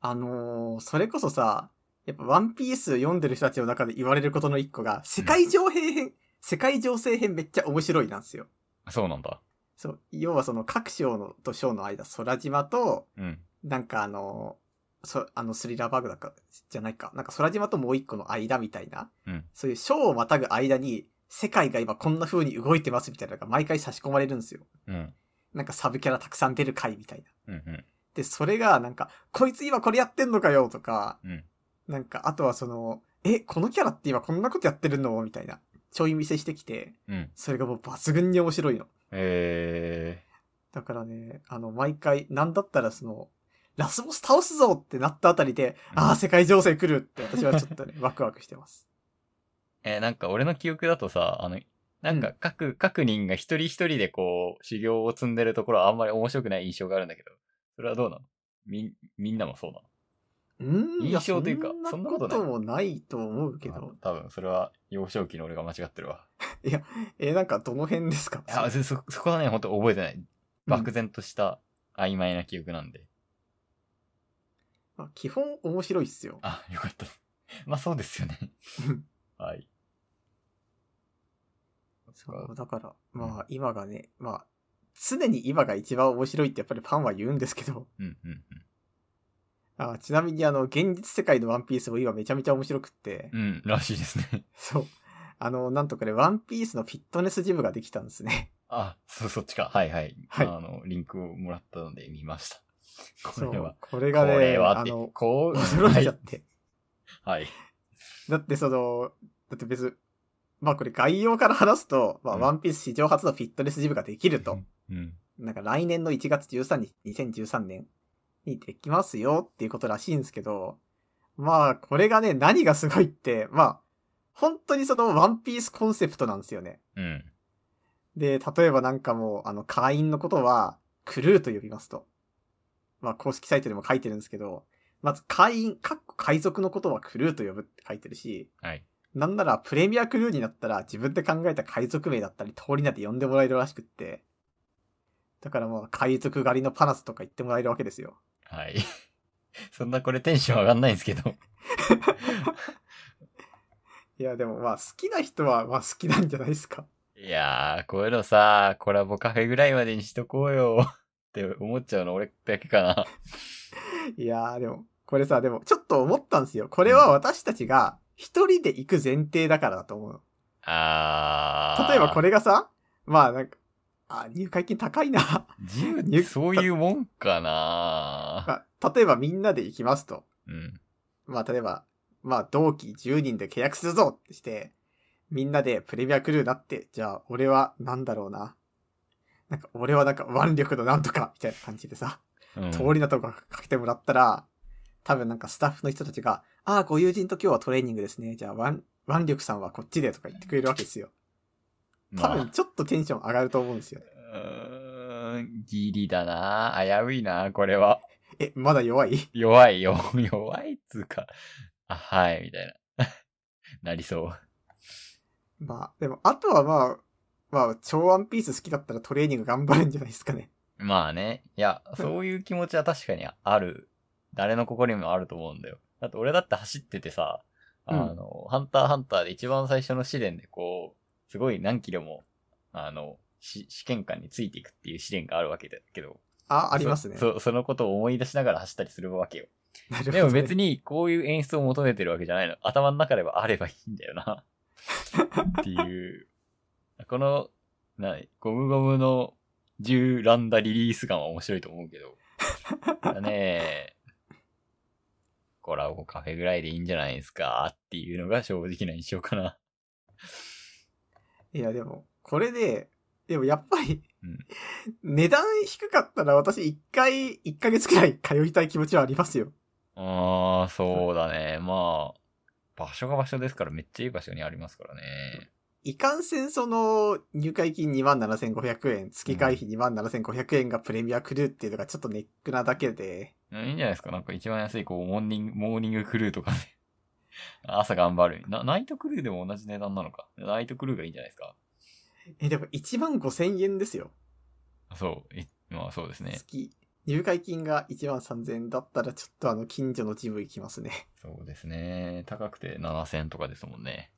A: あのー、それこそさ、やっぱワンピース読んでる人たちの中で言われることの一個が、世界情勢編、世界情勢編めっちゃ面白いなんですよ。
B: あそうなんだ。
A: そう。要はその各章のと章の間、空島と、
B: うん。
A: なんかあのー、そ、あのスリラーバーグだか、じゃないか。なんか空島ともう一個の間みたいな。
B: うん
A: そういう章をまたぐ間に、世界が今こんな風に動いてますみたいなのが毎回差し込まれるんですよ。
B: うん。
A: なんかサブキャラたくさん出る回みたいな。
B: うん。うん。
A: で、それがなんか、こいつ今これやってんのかよとか、
B: うん
A: なんか、あとはその、え、このキャラって今こんなことやってるのみたいな、ちょい見せしてきて、
B: うん。
A: それがもう抜群に面白いの。
B: えー。
A: だからね、あの、毎回、なんだったらその、ラスボス倒すぞってなったあたりで、
B: うん
A: ああ、世界情勢来るって私はちょっと ね、ワクワクしてます。
B: えーなんか俺の記憶だとさ、あの、なんか各、各人が一人一人でこう、修行を積んでるところはあんまり面白くない印象があるんだけど、それはどうなのみん、みんなもそうなの
A: うーん。や
B: 印象というか
A: そ
B: そ
A: ん
B: ん
A: な
B: な
A: こ
B: ことな
A: と
B: い
A: もないと思うけ
B: あ
A: ど、
B: 多分それは幼少期の俺が間違ってるわ。
A: え、なんかどの辺ですか
B: いや、そ、そそこはね、本当覚えてない。漠然とした曖昧な記憶なんで。
A: まあ基本面白いっす よ。
B: あ、よかった。まあそうですよね。はい。
A: そう、だから、まあ、今がね、まあ、常に今が一番面白いってやっぱりファンは言うんですけど、
B: うんうん
A: あちなみにあの、現実世界のワンピースも今めちゃめちゃ面白くって、
B: うん。うん、らしいですね。
A: そう。あの、なんとかね、ワンピースのフィットネスジムができたんです ね。
B: あ、そ、そっちか。はいはい。
A: はい
B: あの、リンクをもらったので見ました。 こ
A: そ
B: れ
A: う
B: は。。
A: これがね、
B: これは
A: あ
B: って
A: の、
B: こう、
A: 驚いちゃっ
B: は
A: て。
B: い。はい。
A: だってその、だって別、まあこれ概要から話すと、まあ
B: うん
A: ワンピース史上初のフィットネスジムができると。
B: うん。
A: なんか来年の1月13日、2013年にできますよっていうことらしいんですけど、まあ、これがね、何がすごいって、まあ、本当にそのワンピースコンセプトなんですよね。
B: うん。
A: で、例えばなんかもう、あの、会員のことは、クルーと呼びますと。まあ、公式サイトでも書いてるんですけど、まず会員、かっこ海賊のことはクルーと呼ぶって書いてるし、
B: はい。
A: なんならプレミアクルーになったら自分で考えた海賊名だったり通りなんて呼んでもらえるらしくって。だからまあ海賊狩りのパナスとか言ってもらえるわけですよ。
B: はい。 そんなこれテンション上がんないんですけど。
A: いやでもまあ好きな人はまあ好きなんじゃないですか。
B: いやー、こういうのさ、コラボカフェぐらいまでにしとこうよ。 って思っちゃうの俺だけかな。
A: いやーでも、これさ、でもちょっと思ったんですよ。これは私たちが一人で行く前提だからだと思う
B: あ
A: の。
B: ー。
A: 例えばこ。れがさ、まあなんか、あ、入会金高いな。
B: ジムっ
A: ゆ
B: てそういうもんかな
A: まあ例えばみんなで行きますと。
B: うん。
A: まあ、例えば、まあ、同期10人で契約するぞってして、みんなでプレミアクルーになって、じゃあ、俺は、なんだろうな。なんか、俺はなんか、腕力のなんとか、みたいな感じでさ、
B: うん
A: 通りなとこかけてもらったら、多分なんかスタッフの人たちが、ああ、ご友人と今日はトレーニングですね。じゃあ、ワン、ワンリョクさんはこっちでとか言ってくれるわけですよ。多
B: まあ
A: 分ちょっとテンション上がると思うんですよね。
B: うーんギリだな危ういなこれは。
A: え、まだ弱い
B: 弱いよ。 弱いっつうか。あ、はい、みたいな。 なりそう。
A: まあ、でも、あとはまあ、まあ、超ワンピース好きだったらトレーニング頑張るんじゃないですかね。
B: まあね。いや、
A: ん
B: そういう気持ちは確かにある。誰の心にもあると思うんだよ。だって俺だって走っててさ、あの、ハンターハンターで一番最初の試練でこう、すごい何キロも、あの、し試験官についていくっていう試練があるわけだけど。
A: あ、ありますね。
B: そそそのことを思い出しながら走ったりするわけよ。
A: なるほど、
B: でも別
A: に。
B: にこういう演出を求めてるわけじゃないの。頭の中ではあればいいんだよ な。っていう。この、な、ゴムゴムの銃ランダリリース感は面白いと思うけど。だねコラボカフェぐらいでいいんじゃないですかっていうのが正直な印象かな。
A: いや、でも、これで、でもやっぱり、
B: うん
A: 値段低かったら私一回、一ヶ月くらい通いたい気持ちはありますよ。
B: ああ、そうだね。まあ、場所が場所ですからめっちゃいい場所にありますからね。
A: いかんせんその入会金27,500円、月会費27,500円がプレミアクルーっていうのがちょっとネックなだけで、
B: うんいいんじゃないですか。なんか一番安い、こう、モーニング、モーニングクルーとかね。 朝頑張る。な、ナイトクルーでも同じ値段なのか。ナイトクルーがいいんじゃないですか。
A: え、でも15,000円ですよ。
B: そう。いまあそうですね。
A: 月。入会金が13,000円だったらちょっとあの近所のジム行きますね。
B: そうですね。高くて7000とかですもんね。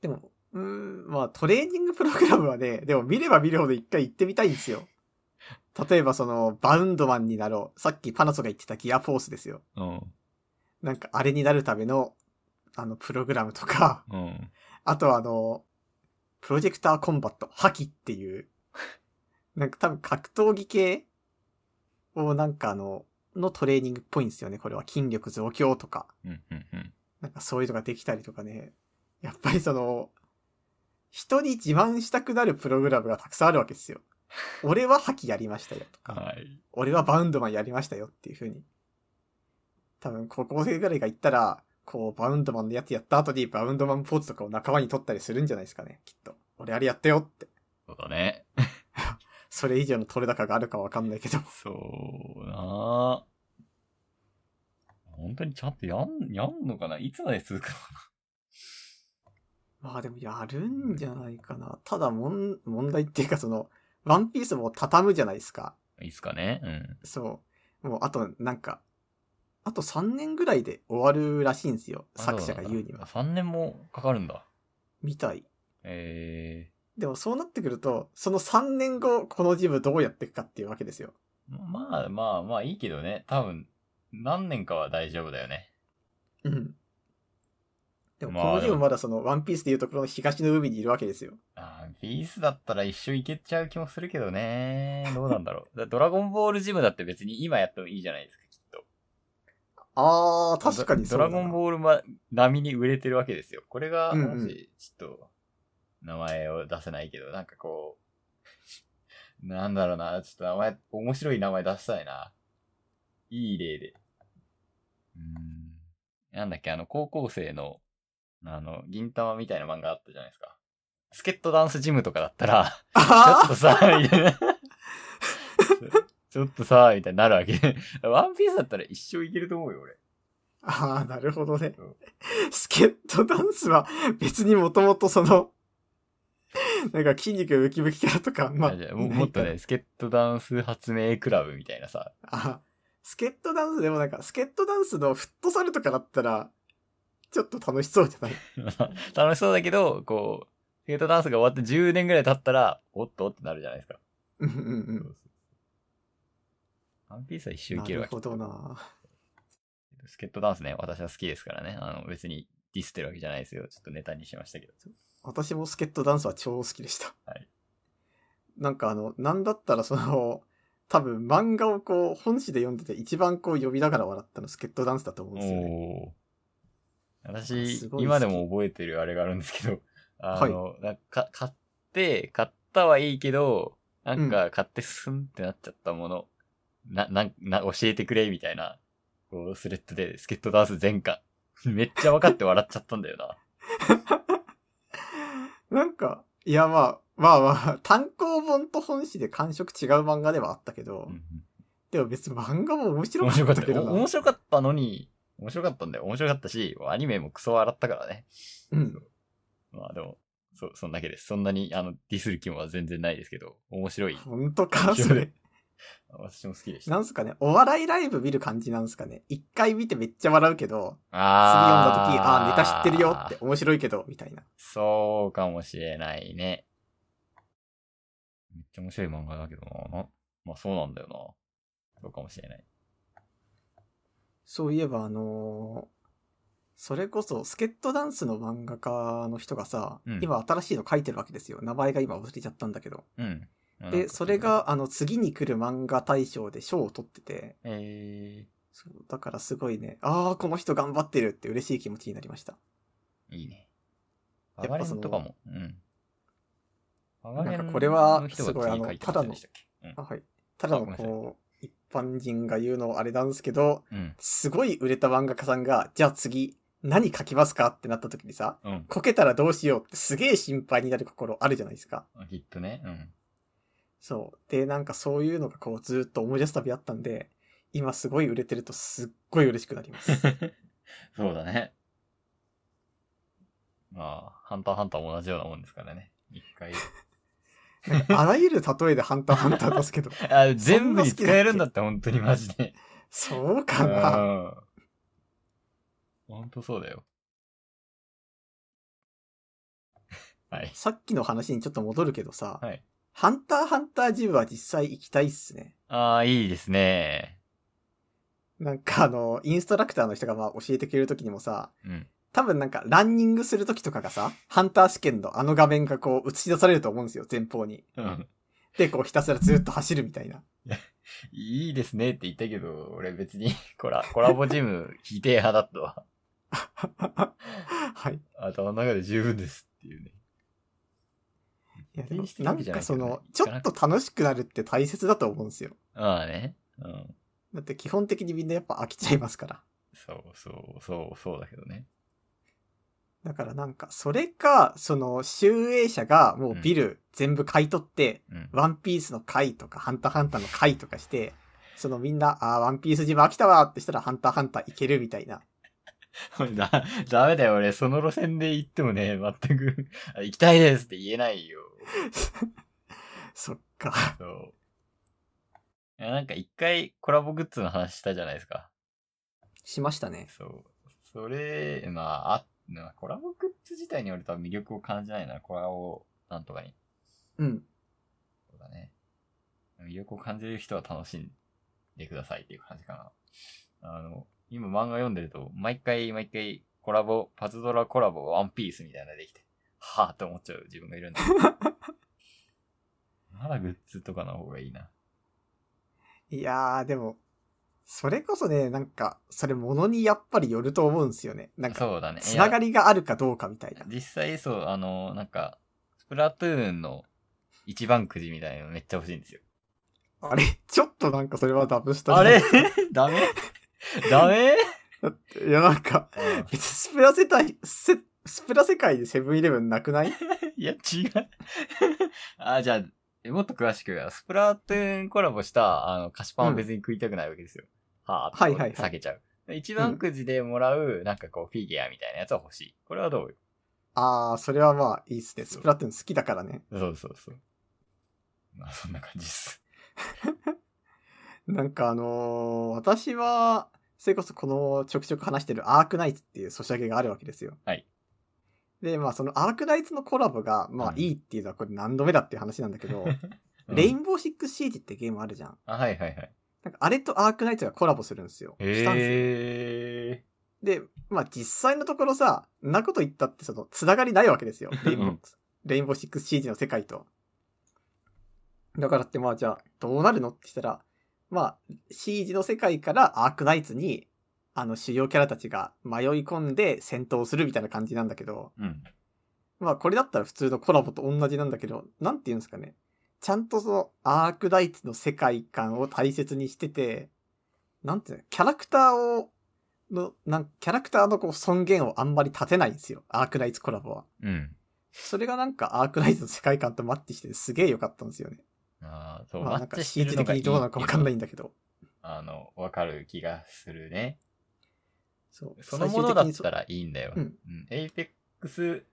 A: でも、うーん、まあトレーニングプログラムはね、 でも見れば見るほど一回行ってみたいんですよ。例えばその、バウンドマンになろう。さっきパナソが言ってたギアフォースですよ。
B: うん。
A: なんかあれになるための、あの、プログラムとか、
B: うん。
A: あとはあの、プロジェクターコンバット、破棄っていう、なんか多分格闘技系をなんかあの、のトレーニングっぽいんですよね。これは筋力増強とか、
B: うん。うん。うん。
A: なんかそういうのができたりとかね。やっぱりその、人に自慢したくなるプログラムがたくさんあるわけですよ。俺は破棄やりましたよとか、
B: はい。
A: 俺はバウンドマンやりましたよっていう風に。多分高校生ぐらいが言ったら、こうバウンドマンのやつやった後にバウンドマンポーズとかを仲間に取ったりするんじゃないですかね、きっと。俺あれやったよって。
B: そうだね。
A: それ以上の取れ高があるかわかんないけど。
B: そうな本当にちゃんとやん、やんのかないつまで続くのか
A: まあでもやるんじゃないかな。ただもん、問題っていうかその、ワンピースも畳むじゃないですか。
B: ないつかね。うん。
A: そう。もうあとなんか、あと3年ぐらいで終わるらしいんですよ。作者が言うには。
B: 3年もかかるんだ。
A: みたい。
B: え
A: でもそうなってくると、その3年後、このジムどうやっていくかっていうわけですよ。
B: ー、まあまあまあいいけどね。多分、何年かは大丈夫だよね。
A: うん。でも、
B: まあ
A: このジ
B: で
A: ム
B: も
A: まだその、ワンピースでいうところの東の海にいるわけですよ。
B: あーピースだったら一生いけちゃう気もするけどね。どうなんだろう。だドラゴンボールジムだって別に今やってもいいじゃないですか、きっと。
A: あー、確かにそ
B: ド
A: うだ
B: ラ
A: な
B: ドラゴンボールま並みに売れてるわけですよ。これが、
A: うんうん
B: もし、ちょっと、名前を出せないけど、なんかこう、 なんだろうな、ちょっと名前、面白い名前出したいな。いい例で。うーん。なんだっけ、あの、高校生の、あの、銀玉みたいな漫画あったじゃないですか。スケットダンスジムとかだったら、ちょっ
A: あ
B: とさ、みたいな。 ちょっとさ、みたいになるわけ。 ワンピースだったら一生いけると思うよ、俺。
A: ーあー、なるほどね
B: そう。
A: スケットダンスは、別にもともとその、なんか筋肉ムキムキキャラとか、まあ、
B: あじゃあももっと
A: いない
B: ね、スケットダンス発明クラブみたい なさ。
A: から。あスケットダンスでもなんか、スケットダンスのフットサルとかだったら、ちょっと楽しそうじゃない
B: 楽しそうだけど、こう、スケートダンスが終わって10年ぐらい経ったら、おっとってなるじゃないですか。
A: うんうんうん。
B: ワンピースは一生い
A: な
B: ける
A: る
B: わけ
A: ほ。どな。
B: スケットダンスね、私は好きですからね。あの、別にディスってるわけじゃないですよ。ちょっとネタにしましたけど。
A: 私もスケットダンスは超好きでした。
B: はい
A: なんかあの、なんだったらその、多分漫画をこう、本誌で読んでて一番こう読みながら笑ったのスケットダンスだと思うんですよね。
B: おお。私
A: すご、い好き
B: 今でも覚えてるあれがあるんです けど、あの、なんかか買って、買ったはいいけど、なんか買ってすんってなっちゃったものな、なん、な、教えてくれ、みたいな、こう、スレッドで、スケットダンス全巻。 めっちゃ分かって笑っちゃったんだ よな。
A: なんか、いやまあ、まあまあ、単行本と本誌で感触違う漫画ではあったけど、でも別に漫画も面白
B: 面
A: か
B: 白か
A: っ
B: ったた
A: け
B: よ。
A: ど
B: お
A: な
B: 面。白かったのに、面白かったんだよ。面白かったし、アニメもクソ笑ったからね。
A: うん。
B: まあでも、そ、そんだけです。そんなに、あの、ディスる気もは全然ないですけど、面白 い。
A: 本当か、それ。
B: 私も好きでした。
A: なんすかね、お笑いライブ見る感じなんすかね。一回見てめっちゃ笑うけど、次読んだ時、ああ、ネタ知ってるよって、。面白いけど、みたいな。
B: そうかもしれないね。めっちゃ面白い漫画だけどな。なまあそうなんだよな。そうかもしれない。
A: そういえば、あのーそれこそ、スケットダンスの漫画家の人がさ、
B: うん
A: 今新しいの書いてるわけですよ。名前が今忘れちゃったんだけど。
B: うん。まあなん
A: で、
B: か
A: それ、が、あの、次に来る漫画大賞で賞を取ってて、
B: え
A: そうだからすごいね、ああ、この人頑張ってるって嬉しい気持ちになりました。
B: ー、いいね。
A: やっぱ
B: アガレ
A: そ
B: ン
A: の
B: とかも。うん。ア
A: んか
B: ガレン
A: これは
B: の人が
A: すごい
B: 次
A: あの
B: 書いてませんでしたっけ
A: あはい。ただの
B: あごめん
A: こう、一般人が言うのはあれなんですけど、
B: うん。うん。
A: すごい売れた漫画家さんが、じゃあ次、何書きますかってなった時にさ、
B: うん。
A: こけたらどうしようってすげえ心配になる心あるじゃないですか。
B: あきっとね。うん。
A: そう。で、なんかそういうのがこうずっと思い出すたびあったんで、今すごい売れてるとすっごい嬉しくなります。
B: そうだね。まあ、ハンターハンターも同じようなもんですからね。一回。
A: なんかあらゆる例えでハンターハンター出すけど、
B: あ全部に使えるんだって、本当にマジで。
A: そう
B: う
A: かな。
B: ん。本当そうだよ。はい。
A: さっきの話にちょっと戻るけどさ、
B: はい
A: ハンターハンタージムは実際行きたいっすね。
B: ああ、いいですね。
A: なんかあの、インストラクターの人がまあ教えてくれる時にもさ、
B: うん。
A: 多分なんかランニングする時とかがさ、ハンター試験のあの画面がこう映し出されると思うんですよ、前方に。
B: うん。
A: で、こうひたすらずっと走るみたいな。
B: いいですねって言ったけど、俺別に コラ、コラボジム否定派だったわ。
A: はい。
B: 頭の中で十分ですっていうね。
A: いやで
B: 否
A: も
B: 定してる
A: な
B: わ
A: ん
B: けじゃな
A: か
B: いけど
A: そ
B: ね
A: の、ちょっと楽しくなるって大切だと思うんですよ。
B: まあね。うん。
A: だって基本的にみんなやっぱ飽きちゃいますから。
B: そうそうそう、そうだけどね。
A: だからなんか、それか、その、集英者がもうビル全部買い取って、
B: うん。
A: ワンピースの回とか、ハンターハンターの回とかして、そのみんな、あーワンピースジム飽きたわーってしたら、ハンターハンターいけるみたいな。
B: だ、ダメだよ、俺。その路線で行ってもね、全く、あ行きたいですって言えないよ。
A: そっか。
B: そう。いや、なんか一回コラボグッズの話したじゃないですか。
A: しましたね。
B: そう。それ、まあ、あ、まあコラボグッズ自体に俺多分魅力を感じないな。コラボなんとかに。
A: うん。
B: そうだね。魅力を感じる人は楽しんでくださいっていう感じかな。あの、今漫画読んでると、毎回毎回コラボ、パズドラコラボ、ワンピースみたいなのできて、はぁって思っちゃう自分がいるんだけど。 まだグッズとかの方がいいな。
A: いやー、でも、それこそね、なんか、それものにやっぱりよると思うんですよね。なんか、
B: そうだね。
A: つながりがあるかどうかみたいな。
B: 実際そう、あの、なんか、スプラトゥーンの一番くじみたいなのめっちゃ欲しいんですよ。
A: あれ ちょっとなんかそれはダブスタ
B: あれダメダメ
A: いや、なんか、別にスプラ世界、せスプラ世界でセブンイレブンなくない
B: いや、違う。あ、じゃあえ、もっと詳しく、スプラトゥーンコラボした、あの、菓子パンは別に食いたくないわけですよ。はぁ、
A: はいはいはい
B: 避けちゃう。一番くじでもらう、なんかこう、フィギュアみたいなやつは欲しい。これはどうよ。
A: ああ、それはまあいいっすね。
B: そ
A: ス
B: う
A: プラトゥーン好きだからね。
B: そうそうそう。まあ、そんな感じです。
A: なんかあのー私は、それこそこのちょくちょく話してるアークナイツっていうソシャゲがあるわけですよ。
B: はい。
A: で、まあそのアークナイツのコラボが、まあ
B: うん
A: いいっていうのはこれ何度目だっていう話なんだけ ど、
B: うん
A: レインボーシックスシージってゲームあるじゃん。
B: あ、はいはいはい。
A: なんかあれとアークナイツがコラボするんですよ。したんですよ
B: へ
A: で、まあ実際のところさ、んなこと言ったってその、つながりないわけですよ。レインボ
B: う
A: ー
B: ん
A: レインボーシックスシージの世界と。だからってまあじゃあ、どうなるのってしたら、まあ、シージの世界からアークナイツに、あの主要キャラたちが迷い込んで戦闘するみたいな感じなんだけど、
B: ー。うん。
A: まあこれだったら普通のコラボと同じなんだけど、なんて言うんですかね。ちゃんとそのアークライツの世界観を大切にしてて、なんていうの、キャラクターを、の、なんキャラクターのこう尊厳をあんまり立てないんですよ。アークライツコラボは。
B: うん。
A: それがなんかアークライズの世界観とマッチしててすげえ良かったんですよね。
B: ああ、そう、
A: ま
B: マ
A: あなん
B: ッ
A: か
B: チして
A: 恣
B: る
A: 意
B: の
A: 的
B: がいい
A: に
B: ってい
A: ど
B: う
A: うなのかわかんないんだけど。
B: あの、わかる気がするね。
A: そう。
B: そのものだっ
A: 最終
B: た
A: 的に
B: らいいんだよ。
A: うん
B: エイペックス、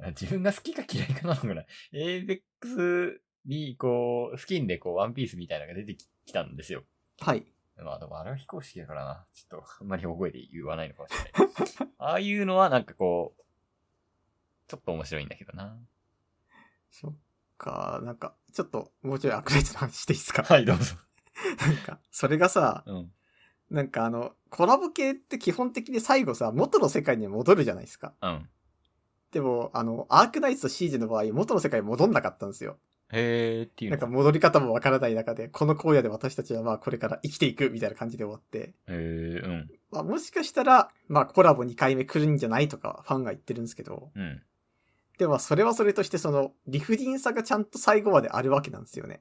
B: あ自分が好きか嫌いかなのかな。エイペックスに、こう、スキンでこう、ワンピースみたいなのが出てききたんですよ。
A: そはい。
B: まあでもあれは非公式だからな。ちょっと、あんまり大声で言わないのかもしれない。 ああいうのはなんかこう、ちょっと面白いんだけどな。
A: そっか、なんか、ちょっと、もうちょいアークライズの話していいですか
B: はい、どうぞ。
A: なんか、それがさ、
B: うん。
A: なんかあの、コラボ系って基本的に最後さ、元の世界に戻るじゃないですか。
B: うん。
A: でも、あの、アークナイツとシージの場合、元の世界に戻んなかったんですよ。
B: へーっていう
A: な
B: の
A: んか戻り方もわからない中で、この荒野で私たちはまあこれから生きていくみたいな感じで終わって、
B: へーうん。
A: まあもしかしたら、まあコラボ2回目来るんじゃないとかファンが言ってるんですけど、
B: うん。
A: でもそれはそれとしてその理不尽さがちゃんと最後まであるわけなんですよね。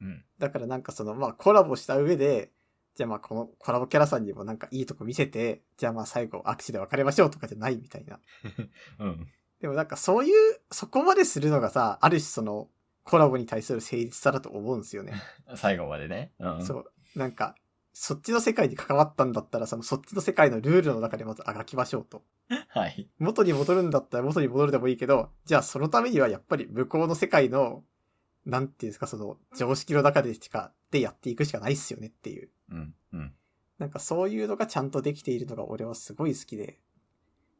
B: うん。
A: だからなんかそのまあコラボした上で、じゃあまあこのコラボキャラさんにもなんかいいとこ見せて、じゃあまあ最後握手で別れましょうとかじゃないみたいな。
B: うん。
A: でもなんかそういう、そこまでするのがさ、ある種そのコラボに対する誠実さだと思うんですよね。
B: 最後までね。うん。
A: そう。なんか、そっちの世界に関わったんだったら、そのそっちの世界のルールの中でまずあがきましょうと。
B: はい。
A: 元に戻るんだったら元に戻るでもいいけど、じゃあそのためにはやっぱり向こうの世界の、なんていうんですか、その常識の中でしか、でやっていくしかないっすよねっていう。
B: うん。うん。
A: なんかそういうのがちゃんとできているのが俺はすごい好きで。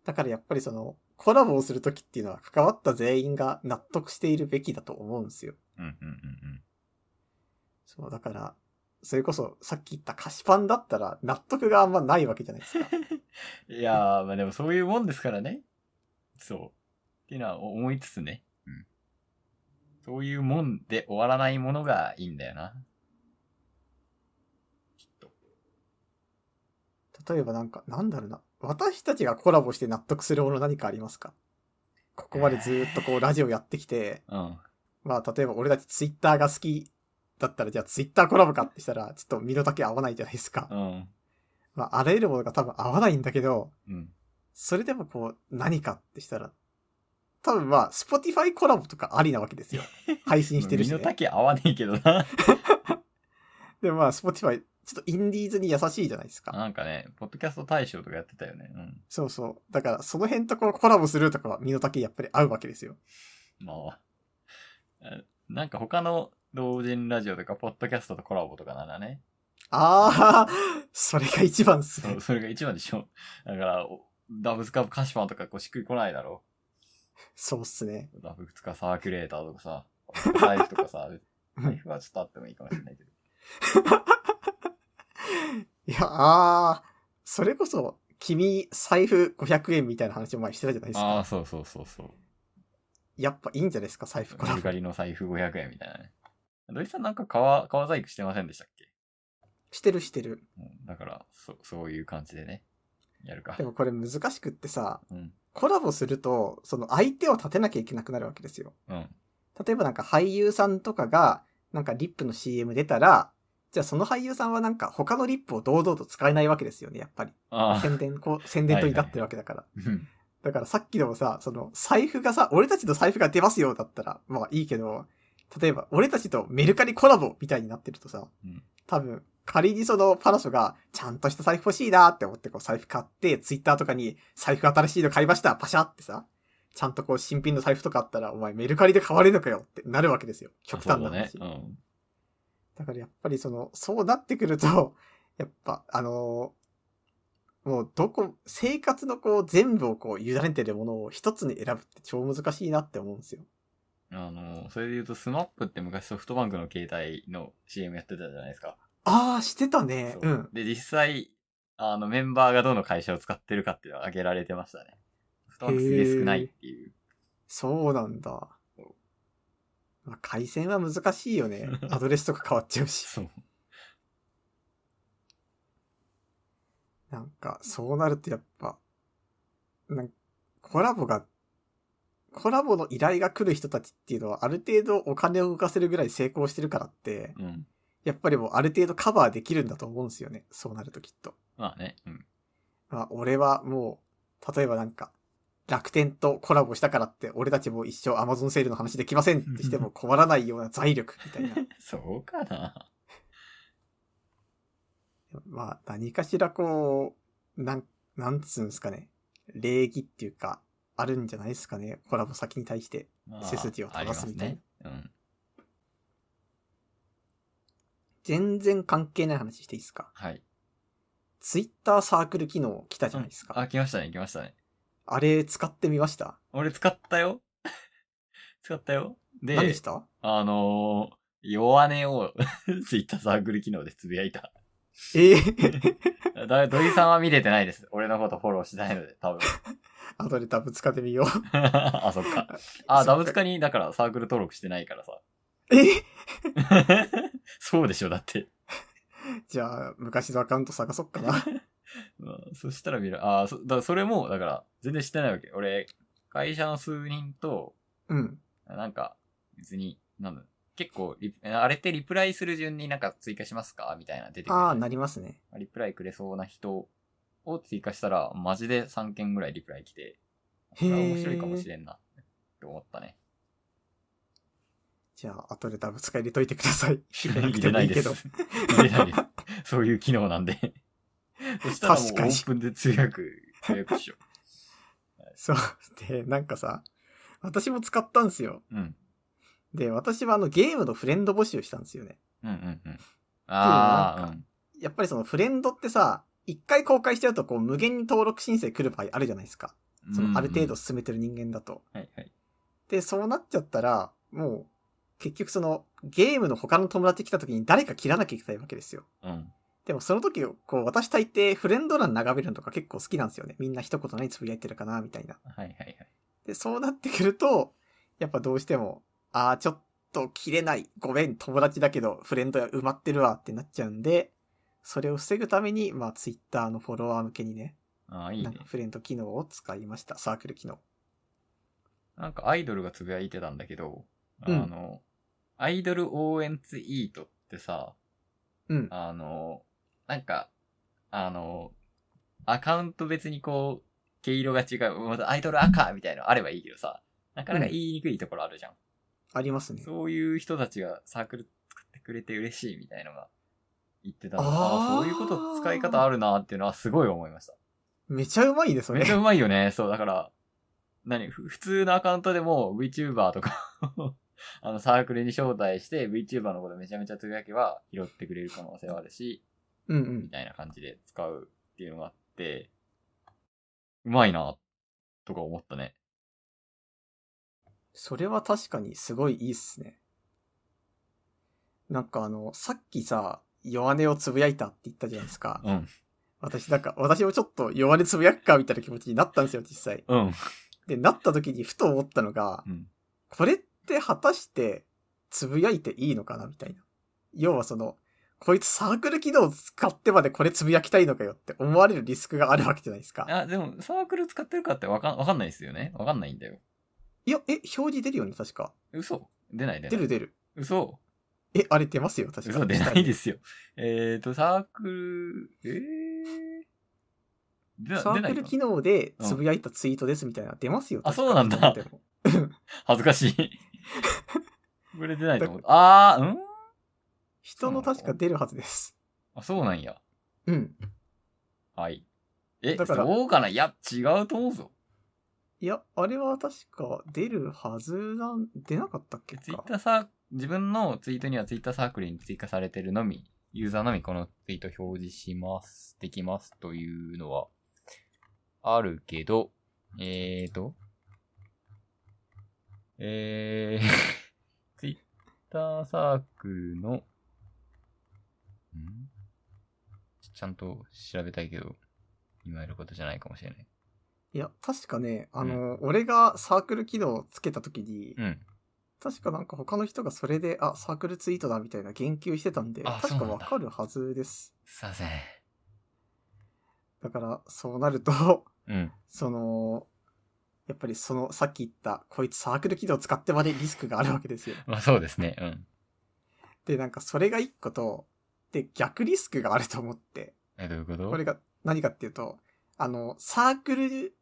A: だからやっぱりその、コラボをするときっていうのは関わった全員が納得しているべきだと思うんですよ。
B: うん。うん。うん。
A: そう、だから、それこそさっき言った菓子パンだったら納得があんまないわけじゃないですか。
B: うんいやー、まあでもそういうもんですからね。そう。っていうのは思いつつね。うん。そういうもんで終わらないものがいいんだよな。きっと。
A: 例えばなんか、なんだろうな。私たちがコラボして納得するもの何かありますかここまでずーっとこうラジオやってきて、
B: うん。
A: まあ例えば俺たちツイッターが好きだったらじゃあツイッターコラボかってしたらちょっと身の丈合わないじゃないですか。
B: うん。
A: まああらゆるものが多分合わないんだけど、
B: うん。
A: それでもこう何かってしたら、多分まあ Spotify コラボとかありなわけです よ。配信してるし、
B: 身の
A: ね。
B: 丈合わねえけどな。
A: でもまあ Spotify ちょっとインディーズに優しいじゃないですか。
B: なんかね、ポッドキャスト大賞とかやってたよね。うん。
A: そうそう。だからその辺とこうコラボするとかは身の丈やっぱり合うわけですよ。
B: まあ。あなんか他の同人ラジオとか、ポッドキャストとコラボとかならね。
A: ああ、それが一番っす
B: そ
A: ね
B: う、。それが一番でしょ。だから、おダブスカカシパンとかこうしっくりこないだろ。
A: そうっすね。
B: ダブスカサーキュレーターとかさ、財布と かさ、
A: うん
B: 財布はちょっとあってもいいかもしれないけど。
A: いや、ああ、それこそ、君、財布500円みたいな話を前にしてたじゃないです
B: ああ、
A: か。
B: そうそうそうそう。
A: やっぱいいんじゃないですか、財布コ
B: メ
A: ラ
B: ル
A: ボ
B: カ。リの財布500円みたいなね。土井さんなんか革、革細工してませんでしたっけ
A: してるしてる。
B: うん、だから、そ、そういう感じでね、やるか
A: で。もこれ難しくってさ、
B: うん、
A: コラボすると、その相手を立てなきゃいけなくなるわけですよ。
B: うん、
A: 例えばなんか俳優さんとかが、なんかリップの CM 出たら、じゃあその俳優さんはなんか他のリップを堂々と使えないわけですよね、やっぱり。
B: あ
A: 宣伝、こう、宣伝とになってるわけだから。
B: あ、
A: だからさっきでもさ、その財布がさ、俺たちの財布が出ますよだったら、まあいいけど、例えば俺たちとメルカリコラボみたいになってるとさ、
B: うん
A: 多分仮にそのパラソがちゃんとした財布欲しいなって思ってこう財布買って、ツイッターとかに財布新しいの買いました、パシャってさ、ちゃんとこう新品の財布とかあったら、お前メルカリで買われるのかよってなるわけですよ。極端な
B: そうだね
A: 話。。
B: うん。
A: だからやっぱりその、そうなってくると、 やっぱ、あのーもうどこ、生活のこう全部をこう委ねてるものを一つに選ぶって超難しいなって思うんですよ。
B: あの、それで言うと、スマップって昔ソフトバンクの携帯の CM やってたじゃないですか。
A: ああ、してたね
B: そ。う
A: うん。
B: で、実際、あの、メンバーがどの会社を使ってるかっていうのは挙げられてましたね。ソフトバンクすげえ少ないっていう。
A: そうなんだ。まあ、回線は難しいよ ね。アドレスとか変わっちゃうし。
B: そう。
A: なんか、そうなるとやっぱ、なんかコラボがコラボの依頼が来る人たちっていうのは、ある程度お金を動かせるぐらい成功してるからって、
B: うん。
A: やっぱりもうある程度カバーできるんだと思うんですよね。そうなるときっと。
B: まあね。うん。
A: まあ、俺はもう、例えばなんか、楽天とコラボしたからって、俺たちも一生 Amazon セールの話できませんってしても困らないような財力みたいな。
B: そうかな。
A: まあ、何かしらこう、なん、なんつうんですかね。礼儀っていうか、あるんじゃないですかね。コラボ先に対して。
B: ま
A: 背筋を正すみたいな
B: ありますね。うん。
A: 全然関係ない話していいですか
B: はい。
A: ツイッターサークル機能来たじゃないですか。
B: あ、来ましたね、来ましたね。
A: あれ使ってみました
B: 俺使ったよ。 使ったよ。で、
A: 何した
B: あのー、弱音を ツイッターサークル機能でつぶやいた。
A: ええ ー、
B: だ土井さんは見れてないです。俺のことフォローしてないので、多分。
A: 後でダブ使ってみよう。
B: あ、そっか。
A: そ
B: あ、
A: っか
B: ダブツカに、だからサークル登録してないからさ。
A: え
B: そうでしょ、だって。
A: じゃあ、昔のアカウント探そっか な。
B: まあそしたら見る。あ、そ、だからそれも、だから、全然してないわけ。俺、会社の数人と、
A: うん。
B: なんか、別に、なんだ、結構リ、あれってリプライする順になんか追加しますかみたいな出てくる。
A: ああ、なりますね。
B: リプライくれそうな人を追加したら、マジで3件ぐらいリプライ来て、こ
A: へ
B: れ
A: ー
B: は面白いかもしれんな、って思ったね。
A: じゃあ、後でダブ使入れといてください。 入れ なく
B: 入
A: て
B: れ
A: も
B: ないい
A: い
B: で
A: け
B: す
A: ど。。
B: 入れないです。そういう機能なん で。そしたらもうオ
A: 確かに
B: ープンで通訳、通訳っしょ。
A: そう。で、なんかさ、私も使ったんですよ。
B: うん。
A: で、私はあのゲームのフレンド募集したんですよね。
B: うんうんうん。ああ、
A: やっぱりそのフレンドってさ、一回公開しちゃうとこう無限に登録申請来る場合あるじゃないですか。
B: うん。
A: そのある程
B: うん
A: 度進めてる人間だと。
B: うん。はいはい。
A: で、そうなっちゃったら、もう、結局そのゲームの他の友達来た時に誰か切らなきゃいけないわけですよ。
B: うん。
A: でもその時、こう私大抵フレンド欄眺めるのとか結構好きなんですよね。みんな一言何つぶやいてるかな、みたいな。
B: はいはいはい。
A: で、そうなってくると、やっぱどうしても、あーちょっと切れない。ごめん、友達だけど、フレンド埋まってるわってなっちゃうんで、それを防ぐために、まあ、ツイッターのフォロワー向けにね、
B: ああ、いい
A: なん
B: ね
A: か。フレンド機能を使いました。サークル機能。
B: なんかアイドルがつぶやいてたんだけど、あ
A: うん
B: の、アイドル応援ツイートってさ、
A: うん。
B: あの、なんか、あの、アカウント別にこう、毛色が違う、またアイドル赤みたいなのあればいいけどさ、なかなか言いにくいところあるじゃん。
A: ありますね。
B: そういう人たちがサークル作ってくれて嬉しいみたいのが言ってたの
A: あー
B: ああそういうこと使い方あるなっていうのはすごい思いました。
A: めちゃうまいね、そ
B: めっ
A: れ
B: ち。ゃうまいよね。そう、だから、何ふ普通のアカウントでも VTuber とかを あの、サークルに招待して VTuber のことめちゃめちゃつぶやけば拾ってくれる可能性はあるし、
A: うんう
B: み
A: ん。
B: たいな感じで使うっていうのがあって、うまいな、とか思ったね。
A: それは確かにすごいいいっすね。なんかあの、さっきさ、弱音をつぶやいたって言ったじゃないですか。
B: うん。
A: 私、なんか、私もちょっと弱音つぶやくか、みたいな気持ちになったんですよ、実際。
B: うん。
A: で、なった時にふと思ったのが、
B: うん
A: これって果たして、つぶやいていいのかなみたいな。要はその、こいつサークル機能を使ってまでこれつぶやきたいのかよって思われるリスクがあるわけじゃないですか。
B: あ、でも、サークル使ってるかってわかん、わかんないですよね。わかんないんだよ。
A: いや、え、表示出るよね、確か。
B: 嘘出ない出ない。
A: 出る出る。
B: 嘘
A: え、あれ出ますよ、確か。。
B: 嘘出ないですすよ。えっ、ー、と、サークル、えー、出な
A: サ
B: 出
A: ー
B: ない
A: ク
B: か
A: ル機能でつぶやいたツイートですみたいな、出ますよ。
B: あ
A: 確か
B: そうなんだ
A: ちょっと待っても
B: 恥ずかし い。これ出ないと思う。あー、うん
A: 人の確か出るはずです。
B: あ、そうなんや。
A: うん。
B: はい。え、
A: だから
B: そうかないや、違うと思うぞ。
A: いや、あれは確か出るはずなん、出なかったっけか
B: ツイッターさ、自分のツイートにはツイッターサークルに追加されてるのみ、ユーザーのみこのツイート表示します、できますというのは、あるけど、えーと、えー、 ツイッターサークルの、んちゃんと調べたいけど、今やることじゃないかもしれない。
A: いや、確かね、あの、俺がサークル機能をつけた時に、
B: うん。
A: 確かなんか他の人がそれで、あ、サークルツイートだみたいな言及してたんで、
B: あ
A: 確
B: そ
A: か
B: うなん
A: わ
B: だ
A: かるはずです。
B: すいません。
A: だから、そうなると、
B: うん。
A: その、やっぱりその、さっき言った、こいつサークル軌道使ってまでリスクがあるわけですよ。
B: まあそうですね。うん。
A: で、なんかそれが一個と、で、逆リスクがあると思って、
B: え、どういうこと
A: これが何かっていうと、あの、サークル、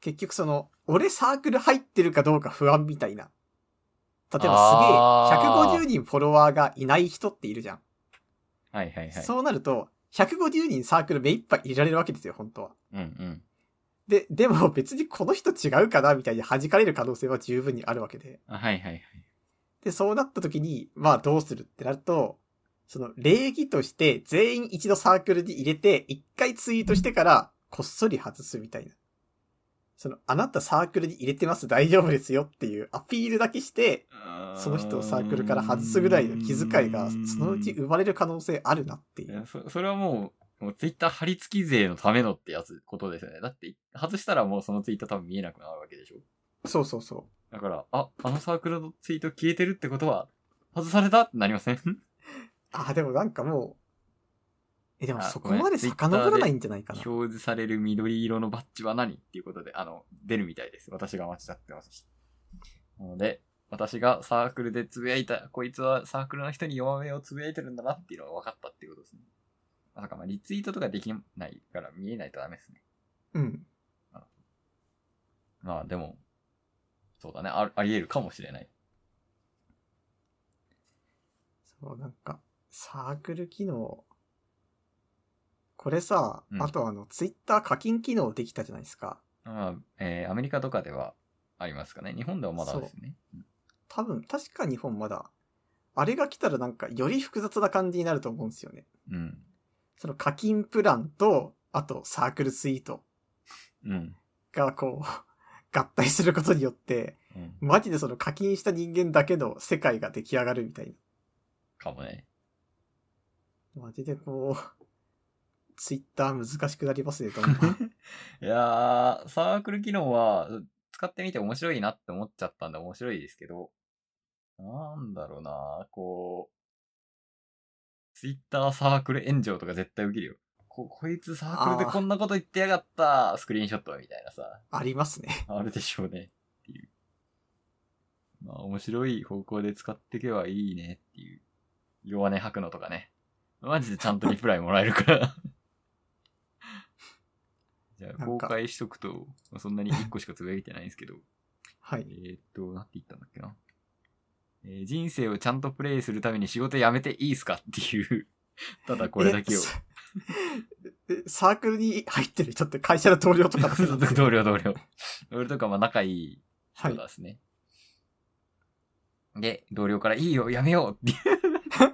A: 結局その、俺サークル入ってるかどうか不安みたいな。例えば
B: あー
A: すげえ、150人フォロワーがいない人っているじゃん。
B: はいはいはい。
A: そうなると、150人サークル目いっぱい入れられるわけですよ、本当は。
B: うんうん。
A: で、でも別にこの人違うかなみたいに弾かれる可能性は十分にあるわけで。
B: あはいはいはい。
A: で、そうなった時に、まあどうするってなると、その礼儀として全員一度サークルに入れて、一回ツイートしてからこっそり外すみたいな。その、あなたサークルに入れてます、大丈夫ですよっていうアピールだけして、その人をサークルから外すぐらいの気遣いが、そのうち生まれる可能性あるなってい。
B: いうやそそれはもう、もうツイッター貼り付き税のためのってやつ、ことですよね。だって、外したらもうそのツイッター多分見えなくなるわけでしょ。
A: そうそうそう。
B: だから、あ、あのサークルのツイート消えてるってことは、外されたってなりません
A: あ、でもなんかもう、え、でも
B: あ
A: そこまで
B: ごめん Twitter で
A: 遡らないんじゃないかな。
B: 表示される緑色のバッジは何っていうことで、あの、出るみたいです。私が間違ってました。なので、私がサークルでつぶやいた、こいつはサークルの人に弱めをつぶやいてるんだなっていうのが分かったっていうことですね。まさか、まあ、リツイートとかできないから見えないとダメですね。
A: うん。
B: まあでも、そうだね。ああり得るかもしれない。
A: そう、なんか、サークル機能、これさ、
B: うん
A: あとあの、ツイッター課金機能できたじゃないですか。
B: まあ、えーアメリカとかではありますかね。日本ではまだですね。
A: 多分、確か日本まだ、あれが来たらなんか、より複雑な感じになると思うんですよね。
B: うん。
A: その課金プランと、あとサークルツイート
B: うん。
A: がこう、 合体することによって、
B: うん。
A: マジでその課金した人間だけの世界が出来上がるみたいな。
B: かもね。
A: マジでこう、ツイッター難しくなりますね、どんど ん
B: いやー、サークル機能は使ってみて面白いなって思っちゃったんで面白いですけど、なんだろうなこう、ツイッターサークル炎上とか絶対起きるよ。こ、こいつサークルでこんなこと言ってやがったスクリーンショットみたいなさ。
A: ありますね。
B: あるでしょうね。っていう。まあ、面白い方向で使っていけばいいねっていう。弱音吐くのとかね。マジでちゃんとリプライもらえるから。 じゃあ、
A: なん
B: 公
A: か
B: 開しとくと、まあそんなに1個しかつぶやいてないんですけど。
A: はい。
B: えーっと、なんて言ったんだっけな。えー人生をちゃんとプレイするために仕事辞めていいっすかっていう。ただこれだけを。
A: え。えサークルに入ってる人って会社の同僚とか だけど
B: 同僚同僚。俺とかまあ仲いい
A: は
B: そ。
A: いう
B: ですね。で、同僚から、いいよ、やめよう っていう。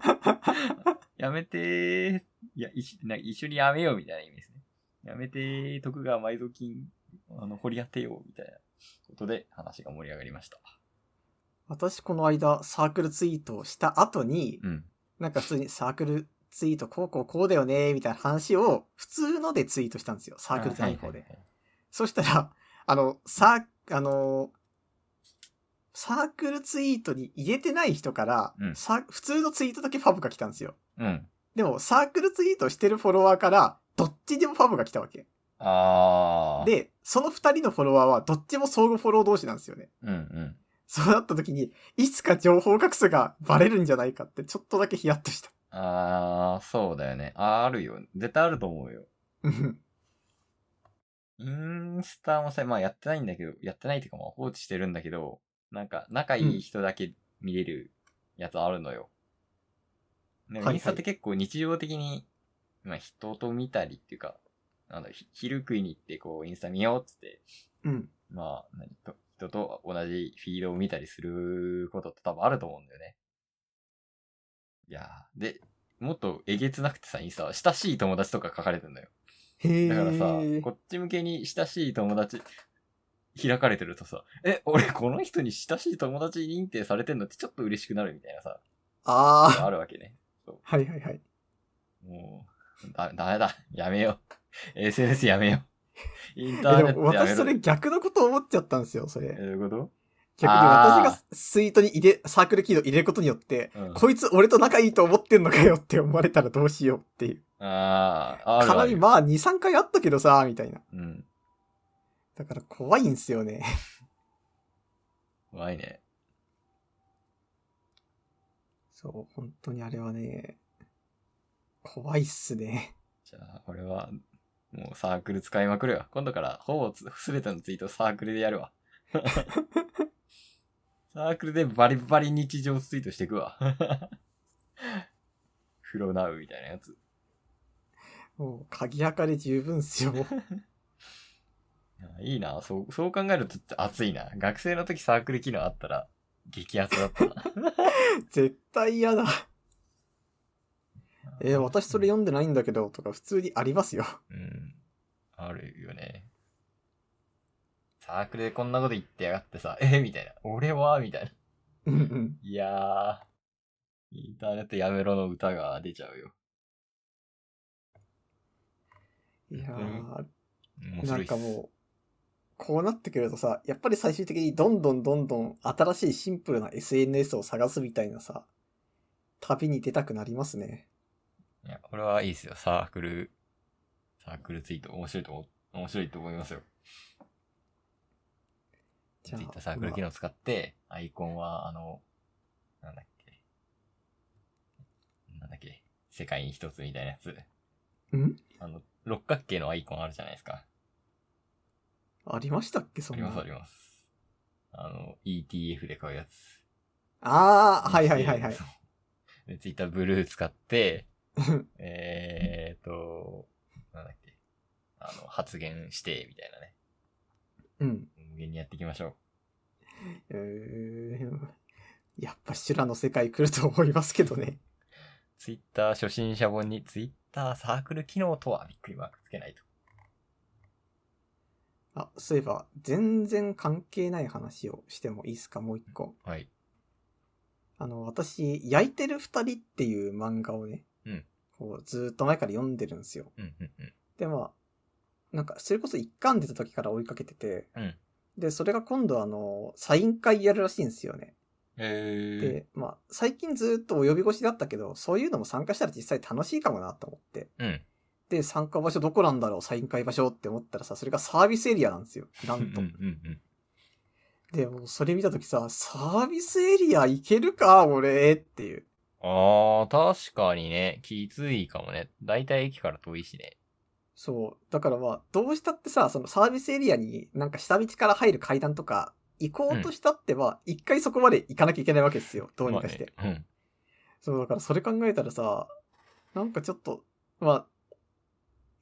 B: やめてー。いや、一緒な一緒にやめようみたいな意味ですね。やめてー、徳川埋蔵金、あの、掘り当てようみたいなことで話が盛り上がりました。
A: 私この間サークルツイートをした後に、
B: うん。
A: なんか普通にサークルツイートこうこうこうだよね、みたいな話を普通のでツイートしたんですよ。サークルじゃない方で。
B: はいはいはい
A: そしたら、あの、サー、あの、サークルツイートに入れてない人から、
B: うん
A: サー普通のツイートだけファブが来たんですよ。
B: うん。
A: でも、サークルツイートしてるフォロワーから、どっちにもファブが来たわけ。
B: あー。、
A: で、その二人のフォロワーは、どっちも相互フォロー同士なんですよね。
B: うんうん。
A: そうなった時に、いつか情報格差がバレるんじゃないかって、ちょっとだけヒヤッとした。
B: あー、そうだよね。あー、あるよ。絶対あると思うよ。
A: うん
B: インスタもさ、まあやってないんだけど、やってないっていうかまあ放置してるんだけど、なんか仲いい人だけ見れるやつあるのよ。で
A: はいはい
B: インスタって結構日常的に、まあ人と見たりっていうか、あの、ひ昼食いに行ってこうインスタ見ようっつって、
A: うん。
B: まあ、何と、人と同じフィードを見たりすることって多分あると思うんだよね。いやー、で、もっとえげつなくてさ、インスタは親しい友達とか書かれてんだよ。
A: へえ。
B: だからさ、こっち向けに親しい友達開かれてるとさ、え、俺この人に親しい友達認定されてんのってちょっと嬉しくなるみたいなさ、
A: あ
B: あるわけね。
A: あ。はいはいはい。
B: もう、だ、ダメだ。やめよう。SNS やめよう。インタ
A: え
B: ー
A: で
B: ネッ
A: も、
B: トやめ
A: 私
B: ろ。
A: それ逆のこと思っちゃったんですよ、それ。
B: えどういうこ
A: 逆に私がスイートに入れ、サークルキーを入れることによって、
B: とうん。
A: こいつ俺と仲いいと思ってんのかよって思われたらどうしようっていう。
B: あー、あるあ
A: 絡み
B: る。
A: まあ2、3回あったけどさ、みたいな。
B: うん。
A: だから怖いんすよね。
B: 怖いね。
A: そう、本当にあれはね、怖いっすね。
B: じゃあ、俺は、もうサークル使いまくるわ。今度から、ほぼつ全てのツイートサークルでやる わ。サークルでバリバリ日常ツイートしていくわ。フロナウみたいなやつ。
A: もう、鍵垢で十分っすよ。
B: あいいな。そう、そう考えると熱いな。学生の時サークル機能あったら、激熱だったな。
A: 絶対 嫌だ。 えー私それ読んでないんだけど、とか普通にありますよ。
B: うん。あるよね。サークルでこんなこと言ってやがってさ、えみたいな。俺はみたいな。
A: うんうん。
B: いやー、インターネットやめろの歌が出ちゃうよ。
A: いやー、
B: 面
A: な
B: 白
A: ん
B: いっす
A: かもう、こうなってくるとさ、やっぱり最終的にどんどんどんどん新しいシンプルな SNS を探すみたいなさ、旅に出たくなりますね。
B: いや、これはいいですよ。サークル、サークルツイート、面白いと思、面白いと思いますよ。
A: じ
B: ツ
A: ゃ
B: イッター
A: あ、
B: サークル機
A: まあ
B: 能使って、アイコンは、あの、なんだっけ。なんだっけ。世界に一つみたいなやつ。
A: ん
B: あの、六角形のアイコンあるじゃないですか。
A: ありましたっけ
B: あ
A: そん
B: り
A: な。
B: ますあります。あの、ETF で買うやつ。
A: ああ、はいはいはいはい
B: そ。う。で、ツイッターブルー使って、
A: うん
B: えーっと、なんだっけ。あの、発言して、みたいなね。
A: うん。
B: 無限にやっていきましょ
A: えーやっぱ修羅の世界来ると思いますけどね。
B: う。ツイッター初心者本にツイッターサークル機能とはびっくりマークつけないと。
A: あ、そういえば、全然関係ない話をしてもいいですかもう一個。
B: はい。
A: あの、私、焼いてる二人っていう漫画をね、
B: うん
A: こうずーっと前から読んでるんですよ。
B: うんうんうん。
A: で、まあ、なんか、それこそ一巻出た時から追いかけてて、
B: うん
A: で、それが今度あの、サイン会やるらしいんですよね。で、
B: え
A: まあ、最近ずーっとお呼び越しだったけど、そういうのも参加したら実際楽しいかもなと思って。
B: ー。うん。
A: で、参加場所どこなんだろう、サイン会場所って思ったらさ、それがサービスエリアなんですよ。なんと
B: うん。うんうん。
A: で、もうそれ見た時さ、サービスエリア行けるか俺っていう。
B: あー、確かにね。きついかもね。だいたい駅から遠いしね。
A: そう。だからまあ、どうしたってさ、そのサービスエリアになんか下道から入る階段とか、行こうとしたっては、一回そこまで行かなきゃいけないわけですよ。どうにかして。
B: まあね
A: そう、だからそれ考えたらさ、なんかちょっと、まあ、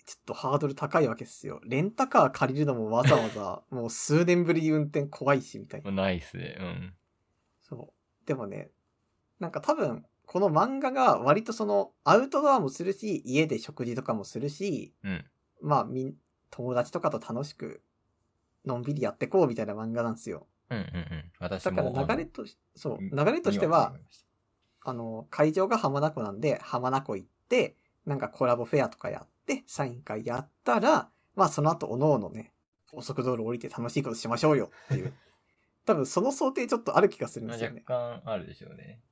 A: ちょっとハードル高いわけですよ。レンタカー借りるのもわざわざ、 もう数年ぶりに運転怖いし、みたい
B: うん。ま
A: な。
B: あないっすね。うん。
A: そう。でもね、なんか多分、この漫画が割とその、アウトドアもするし、家で食事とかもするし、
B: うん。
A: まあ、みん、友達とかと楽しく、のんびりやってこうみたいな漫画なんですよ。
B: うんうんうん。私
A: だ
B: も。
A: から流れとし、そう、流れとして
B: 見
A: は
B: ま、した
A: あの、会場が浜名湖なんで、浜名湖行って、なんかコラボフェアとかやって、サイン会やったら、まあその後、おのおのね、高速道路降りて楽しいことしましょうよって いう。多分その想定ちょっとある気がするん
B: まあ
A: ですよね。
B: 若干あるでしょうね。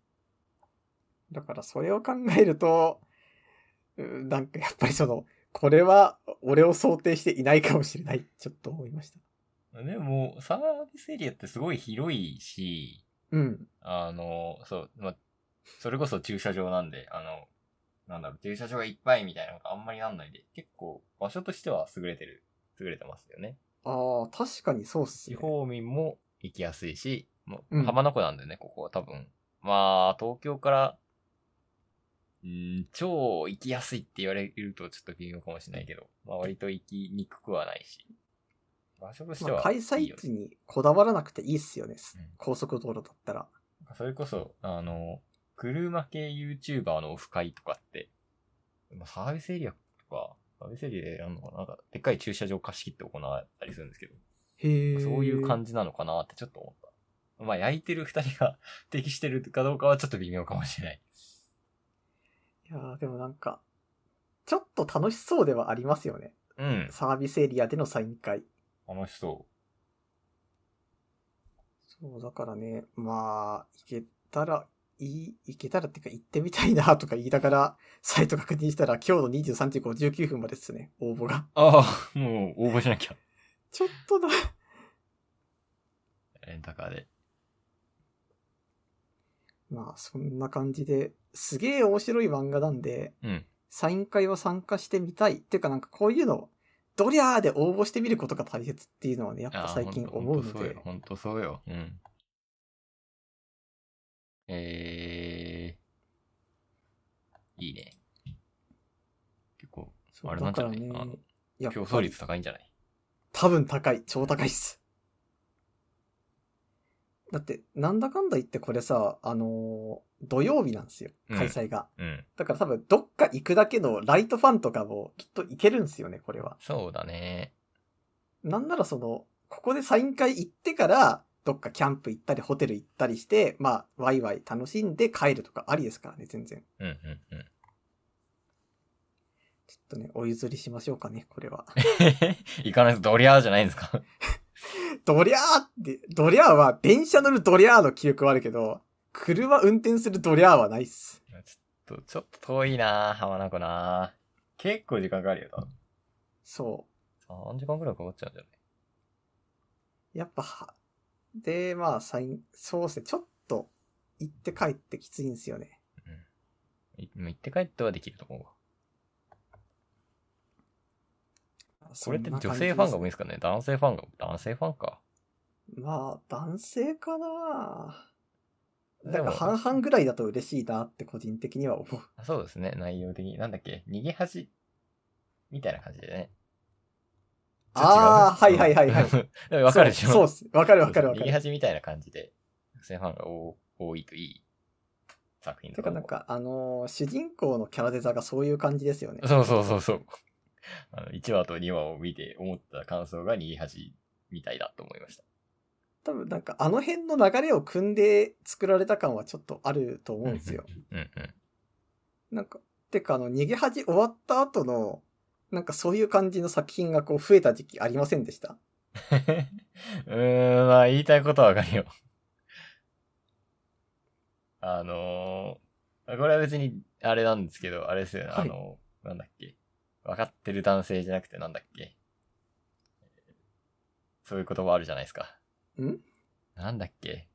A: だからそれを考えると、うんなんかやっぱりその、これは俺を想定していないかもしれない、ちょっと思いました。
B: でも、サービスエリアってすごい広いし、
A: うん。
B: あの、そう、ま、それこそ駐車場なんで、あの、なんだろう、駐車場がいっぱいみたいなことあんまりなんないで、結構場所としては優れてる、優れてますよね。
A: ああ、確かにそうっす
B: 地
A: ね。
B: 方民も行きやすいし、も
A: う
B: うん浜名湖なんでね、ここは多分。まあ、東京から、うん、超行きやすいって言われるとちょっと微妙かもしれないけど、まあ割と行きにくくはないし。場所として
A: ま
B: は
A: あ、開
B: いい
A: 催
B: よね
A: 地にこだわらなくていいっすよね。
B: うん
A: 高速道路だったら。
B: それこそ、あの、車系 YouTuber のオフ会とかって、まあサービスエリアとか、サービスエリアでやるのかななんか、でっかい駐車場貸し切って行われたりするんですけど、
A: へえ。
B: そういう感じなのかなってちょっと思った。まあ、焼いてる二人が 適してるかどうかはちょっと微妙かもしれない。
A: じ。いやーでもなんか、ちょっと楽しそうではありますよね。
B: うん。
A: サービスエリアでのサイン会。
B: 楽しそ
A: そう、だからね、まあ、行けたら、いい、行けたらってか行ってみたいなとか言いながら、 サイト確認したら今日の23時59分までっすね、応募が。
B: う。ああ、もう応募しなきゃ。
A: ちょっとだ。
B: レンタカーで。
A: まあ、そんな感じで、すげえ面白い漫画なんで、
B: うん。
A: サイン会は参加してみたい。っていうかなんかこういうの、ドリャーで応募してみることが大切っていうのはね、やっぱ最近思う
B: ほ
A: の
B: んとそう
A: で
B: よ。。ほんとそうよ。うん。えー、いいね。結構、
A: そう
B: あれなんじゃない
A: だからね、やっぱ
B: 競
A: り
B: 争率高いんじゃない
A: 多分高い。超高いっす。だって、なんだかんだ言ってこれさ、あのー土曜日なんですよ。
B: うん
A: 開催が。
B: うん。
A: だから多分、どっか行くだけのライトファンとかもきっと行けるんですよね、これは。
B: そうだね。
A: なんならその、ここでサイン会行ってから、どっかキャンプ行ったり、ホテル行ったりして、まあ、ワイワイ楽しんで帰るとかありですからね、全然。
B: うんうん うん。
A: ちょっとね、お譲りしましょうかね、これは。
B: 行かないとドリアーじゃないんですか
A: ドリャーって、ドリャーは、電車乗るドリャーの記憶はあるけど、車運転するドリャーはないっす。
B: ちょっとちょっと遠いな浜名湖な結構時間かかるよ、多分。
A: そ。
B: 3時間くらいかかっちゃうんじゃないう
A: やっぱは、で、まあ、サイン、そうっすね、ちょっと、行って帰ってきついんですよね。
B: いもう行って帰ってはできると思うわ。これって女性ファンが多いんですかね男性ファンが、男性ファンか。
A: まあ、男性かな
B: で
A: なん
B: も
A: か半々ぐらいだと嬉しいなって個人的には思う。
B: そうですね、内容的に。なんだっけ逃げ恥みたいな感じでね。
A: あーはいはいはいはい
B: い わかる でしょ
A: そうそうっす。わかるわかるわ
B: そ
A: か
B: うそう逃げ
A: る。
B: 恥みたいな感じで、女性ファンが多多いといい作品
A: て
B: だと
A: か
B: 思
A: な。
B: うん
A: か、あのー主人公のキャラデザがそういう感じですよね。
B: そうそうそうそう。あの1話と2話を見て思った感想が逃げ恥みたいだと思いました。
A: 多分なんかあの辺の流れを組んで作られた感はちょっとあると思うんですよ。
B: うんうん。
A: なんか、てかあの、逃げ恥終わった後の、なんかそういう感じの作品がこう増えた時期ありませんでした。
B: うーん、まあ言いたいことはわかるよ。あのーこれは別に、あれなんですけど、あれですよね、
A: はい
B: あのーなんだっけ。分かってる男性じゃなくてなんだっけ。そういう言葉あるじゃないですか。
A: ん
B: なんだっけ。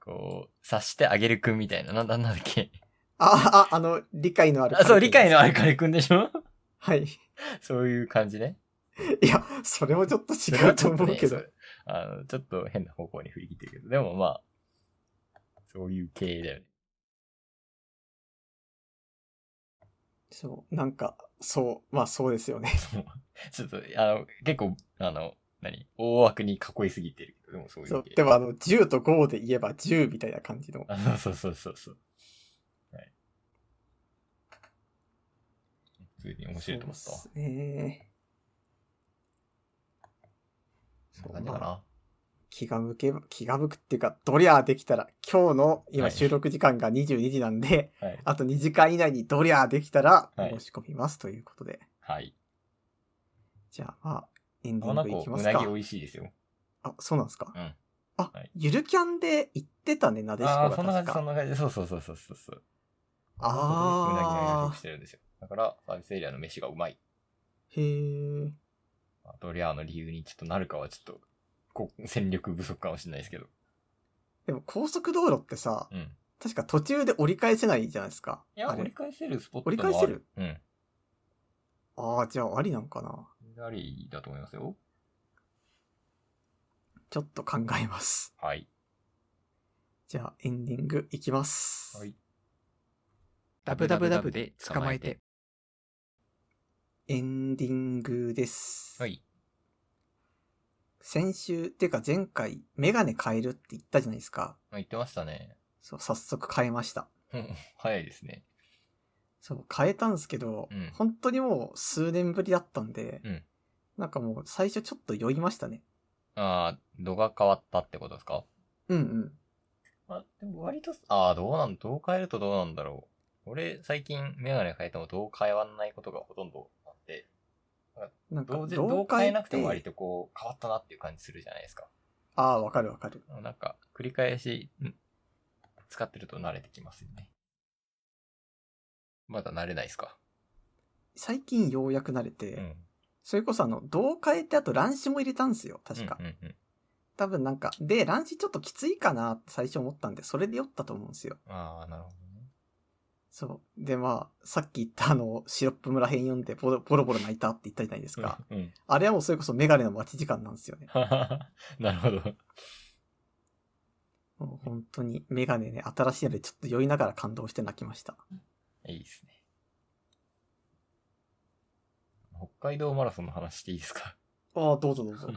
B: こう、察してあげるくんみたいな、なんだ、なんだっけ。
A: あ、あ、あの、理解のある。
B: あ、そう、理解のある。彼くんでしょ
A: はい。
B: そういう感じね。
A: いや、それもちょっと違うと思うけど
B: それはちょっとね。それあの、ちょっと変な方向に振り切ってるけど、でもまあ、そういう系だよね。
A: そう、なんか、そう、まあそうですよね。
B: そうちょっと、あの、結構、あの、何大枠に囲いすぎてるけど、でもそうい
A: そうう、
B: 系。
A: でもあの、10と5で言えば10みたいな感じの。
B: あの、そうそうそうそう。はい。普通に面白いと思ったわ
A: そうっすね。
B: そ
A: そ
B: ん
A: う
B: な感じかな。
A: 気が向けば、気が向くっていうか、ドリャーできたら、今日の
B: は
A: 今
B: い
A: 収録時間が22時なんで、
B: はい。
A: あと2時間以内にドリャーできたら
B: はい
A: 申し込みますということで。
B: はい。
A: じゃあ、まあ、エンディ
B: 浜
A: ン
B: 名
A: グいき
B: 湖、
A: ま
B: う
A: す
B: なぎ
A: か
B: 美。味しいですよ。
A: あ、そうなんですか。
B: うん
A: あ、
B: はい
A: ゆるキャンで言ってたね、なでしこ
B: ああ
A: が
B: ー、そんな
A: 確
B: 感じ、そん
A: か。
B: な感じ。そうそうそうそうそうそう。うなぎの養
A: あ
B: 殖してるんですよ。だから、サービスエリアの飯がうまい。
A: ー、へえ。
B: あと、リアーの理由にちょっとなるかはちょっと、こ戦力不足かもしれないですけど。
A: でも高速道路ってさ、
B: うん。
A: 確か途中で折り返せないじゃないですか。
B: いや、
A: あ
B: 折り
A: れ。
B: 返せるスポットもあ
A: 折り返せる
B: うん。
A: ああ、じゃあありなんかな。
B: ありだと思いますよ。
A: ちょっと考えます。
B: はい。
A: じゃあエンディングいきます。
B: はい。
C: ダブダブダブで捕まえて。
A: エンディングです。
B: はい。
A: 先週、っていうか前回、メガネ変えるって言ったじゃないですか。
B: まあ、言ってましたね。
A: そう、早速変えました。
B: うん 早いですね。
A: そう、変えたんですけど、
B: うん
A: 本当にもう数年ぶりだったんで、
B: うん
A: なんかもう最初ちょっと酔いましたね。
B: ああ、度が変わったってことですか
A: うんうん。
B: まあ、でも割と、ああ、どうなん、どう変えるとどうなんだろう。俺、最近メガネ変えてもどう変えわんないことがほとんどなんで、
A: なんか
B: どうぜ、どう
A: て
B: 変えなくても割とこう、変わったなっていう感じするじゃないですか。
A: ああ、わかるわかる。
B: なんか、繰り返し、ん使ってると慣れてきますよね。まだ慣れないですか
A: 最近ようやく慣れて、
B: うん。
A: それこそあの、同化ってあと乱視も入れたんですよ、確か。
B: うんうんうん、
A: 多分なんか、で、乱視ちょっときついかなって最初思ったんで、それで酔ったと思うんですよ。
B: ああ、なるほどね。
A: そう。で、まあ、さっき言ったあの、シロップ村編読んでボロボロボロ泣いたって言ったじゃないですか。
B: うん。 うん
A: あれはもうそれこそメガネの待ち時間なんですよね。
B: はははなるほど。
A: もう本当にメガネね、新しいのでちょっと酔いながら感動して泣きました。
B: いいですね。北海道マラソンの話していいですか
A: ああ、どうぞどうぞ。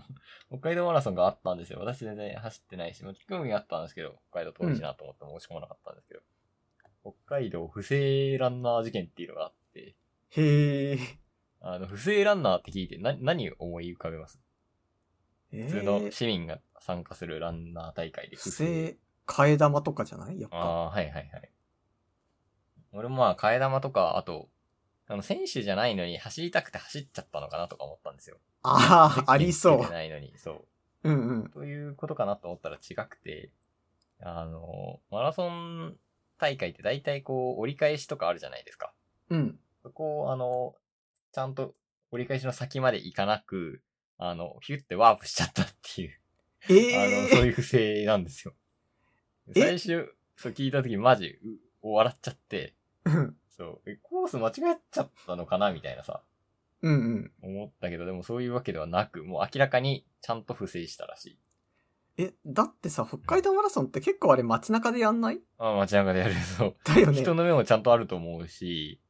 B: 北海道マラソンがあったんですよ。私全然走ってないし、もう興味あったんですけど、北海道遠いしなと思って申し込まなかったんですけど、北海道不正ランナー事件っていうのがあって、
A: へえ。
B: あの、不正ランナーって聞いて、な、何を思い浮かべます
A: え
B: 普通の市民が参加するランナー大会で
A: 不正、替え玉とかじゃないやっぱ。
B: ああー、はいはいはい。俺もまあ、替え玉とか、あと、あの、選手じゃないのに走りたくて走っちゃったのかなとか思ったんですよ。
A: ああ、ありそ
B: 出て
A: う。
B: ないのに、そう。
A: うんうん。
B: ということかなと思ったら違くて、あの、マラソン大会って大体こう、折り返しとかあるじゃないですか。
A: うん。
B: そこを、あの、ちゃんと折り返しの先まで行かなく、あの、ヒュってワープしちゃったっていう、
A: え
B: あの、そう
A: え
B: いう不正なんですよ。
A: え
B: 最初、そう聞いたときマジ、う笑っちゃって、
A: うん
B: そう、えコース間違っちゃったのかなみたいなさ、
A: うんうん。
B: 思ったけど、でもそういうわけではなく、もう明らかにちゃんと不正したらしい。
A: え、だってさ、北海道マラソンって結構あれ街中でやんない
B: あ、街中でやる、そう。
A: だよね。
B: 人の目もちゃんとあると思うし、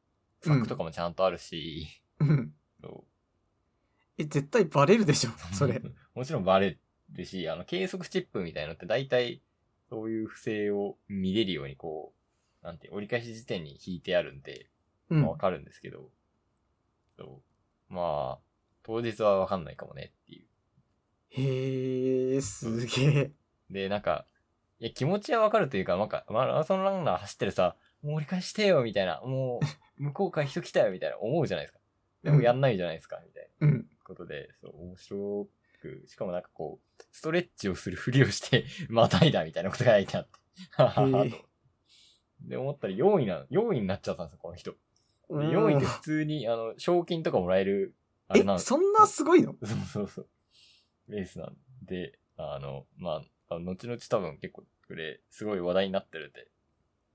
A: うん
B: 柵とかもちゃんとあるし、
A: うん。
B: そ
A: え、絶対バレるでしょ、
B: う
A: それ。。
B: もちろんバレるし、あの、計測チップみたいなのって大体、そういう不正を見れるように、こう、なんて、折り返し時点に引いてあるんで、
A: うん
B: まあわ、。かるんですけど、そう。まあ、当日はわかんないかもねっていう。
A: へえ、すげえ。
B: で、なんか、いや、気持ちはわかるというか、なんか、マラソンランナー走ってるさ、もう折り返してよ、みたいな、もう、向こうから人来たよ、みたいな、思うじゃないですか。でもやんないじゃないですか、みたいな。
A: うん。
B: ことで、そう、面白く、しかもなんかこう、ストレッチをするふりをして、 またいだみたいなことが書いてあって。ははは
A: へ
B: は
A: ー
B: と。 で、思ったら4位な、4位になっちゃったんですよ、この人。
A: う
B: 4位
A: ん
B: って普通に、あの、賞金とかもらえる、あれなん
A: え、
B: です
A: そんなすごいの
B: そうそうそう。レースなんで、あの、まあ、あの後々多分結構、これ、すごい話題になってるんで、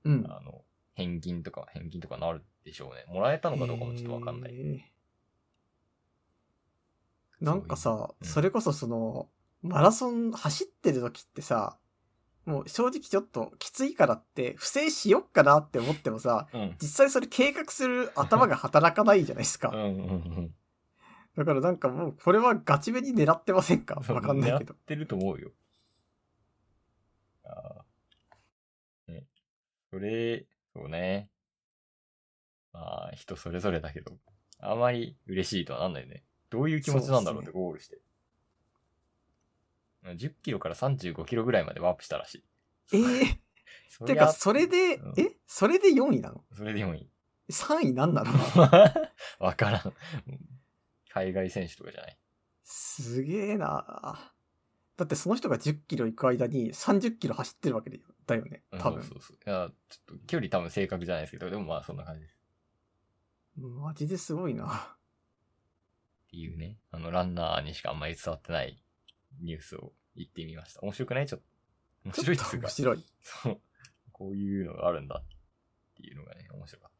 A: うん。
B: あの、返金とか、返金とかなるでしょうね。もらえたのかどうかもちょっとわかんない。
A: へーなんかさ、
B: うん
A: それこそその、マラソン走ってる時ってさ、もう正直ちょっときついからって、不正しよっかなって思ってもさ、
B: うん。
A: 実際それ計画する頭が働かないじゃない です
B: うん
A: か。
B: うんうん。
A: だからなんかもう、これはガチめに狙ってませんかわかんないけ
B: や
A: ど
B: っ。てると思うよ。ああ。ね。それ、そうね。まあ、人それぞれだけど、あまり嬉しいとはなんないよね。どういう気持ちなんだろうって
A: そうっすね
B: ゴールして。10キロから35キロぐらいまでワープしたら しい。
A: ええ
B: そ
A: ー、
B: り
A: て
B: ゃ
A: か、それで、
B: うん
A: えそれで4位なの
B: それでもいい。
A: ?3 位なんなの
B: わからん。海外選手とかじゃない。
A: すげえなだってその人が10キロ行く間に30キロ走ってるわけだよだよね
B: うん。
A: 多分。
B: そうそうそう。いや、ちょっと距離多分正確じゃないですけど、でもまあそんな感じです。
A: マジですごいな。
B: っていうね、あの、ランナーにしかあんまり伝わってないニュースを言ってみました。面白くないちょっと。面
A: ち
B: 白
A: ょ
B: い
A: っ
B: っ
A: と
B: つう
A: 面
B: か、
A: 白い。
B: そう。こういうのがあるんだっていうのがね、面白かっ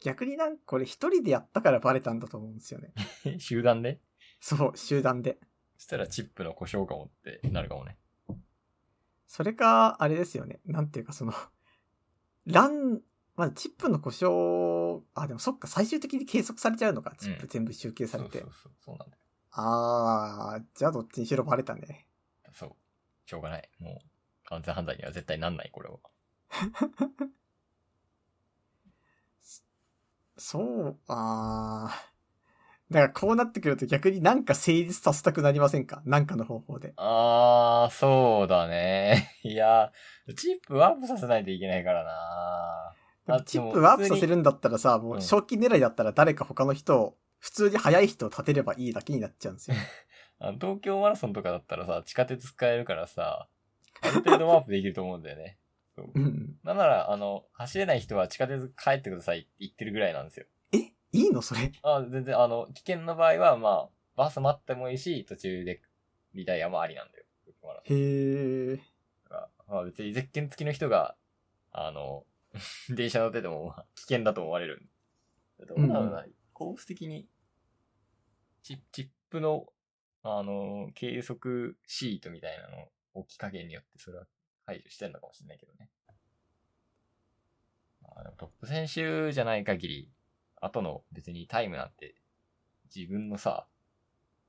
A: 逆になんかこれ一人でやったからバレたんだと思うんですよね。
B: た。集団で
A: そう、集団で。
B: そしたらチップの故障かもってなるかもね。
A: それか、あれですよね。なんていうかその、 ラン、まあ、チップの故障、あ、でもそっか、最終的に計測されちゃうのか。チップ全部集計さ
B: そ
A: れ
B: う
A: て。
B: そうそう、そうなんだよ。
A: あー、じゃあどっちにしろバレたね。
B: そう。しょうがない。もう、完全犯罪には絶対なんない、これは。
A: そう、あー。だからこうなってくると逆になんか成立させたくなりませんかなんかの方法で。
B: あー、そうだね。いや、チップワープさせないといけないからな
A: でもチップワープさせるんだったらさ、も
B: うん
A: う賞金狙いだったら誰か他の人を、普通に速い人を立てればいいだけになっちゃうん ですよ。
B: あの東京マラソンとかだったらさ、地下鉄使えるからさ、ある程度ワープできると思うんだよね。 そう
A: うん。
B: なんなら、あの、走れない人は地下鉄帰ってくださいって言ってるぐらいなんですよ。
A: えいいのそれ。
B: あ全然、あの、危険な場合は、まあ、バス待ってもいいし、途中でリタイアもありなんだよ。ま
A: へー。
B: あまあ、別に絶ン付きの人が、あの、 電車乗ってても、まあ危険だと思われる。どうなるな、コース的に、チップチップの、あの、計測シートみたいなのをき加減によって、それは排除してるのかもしれないけどね。まあ、でもトップ選手じゃない限り、後の別にタイムなんて、自分のさ、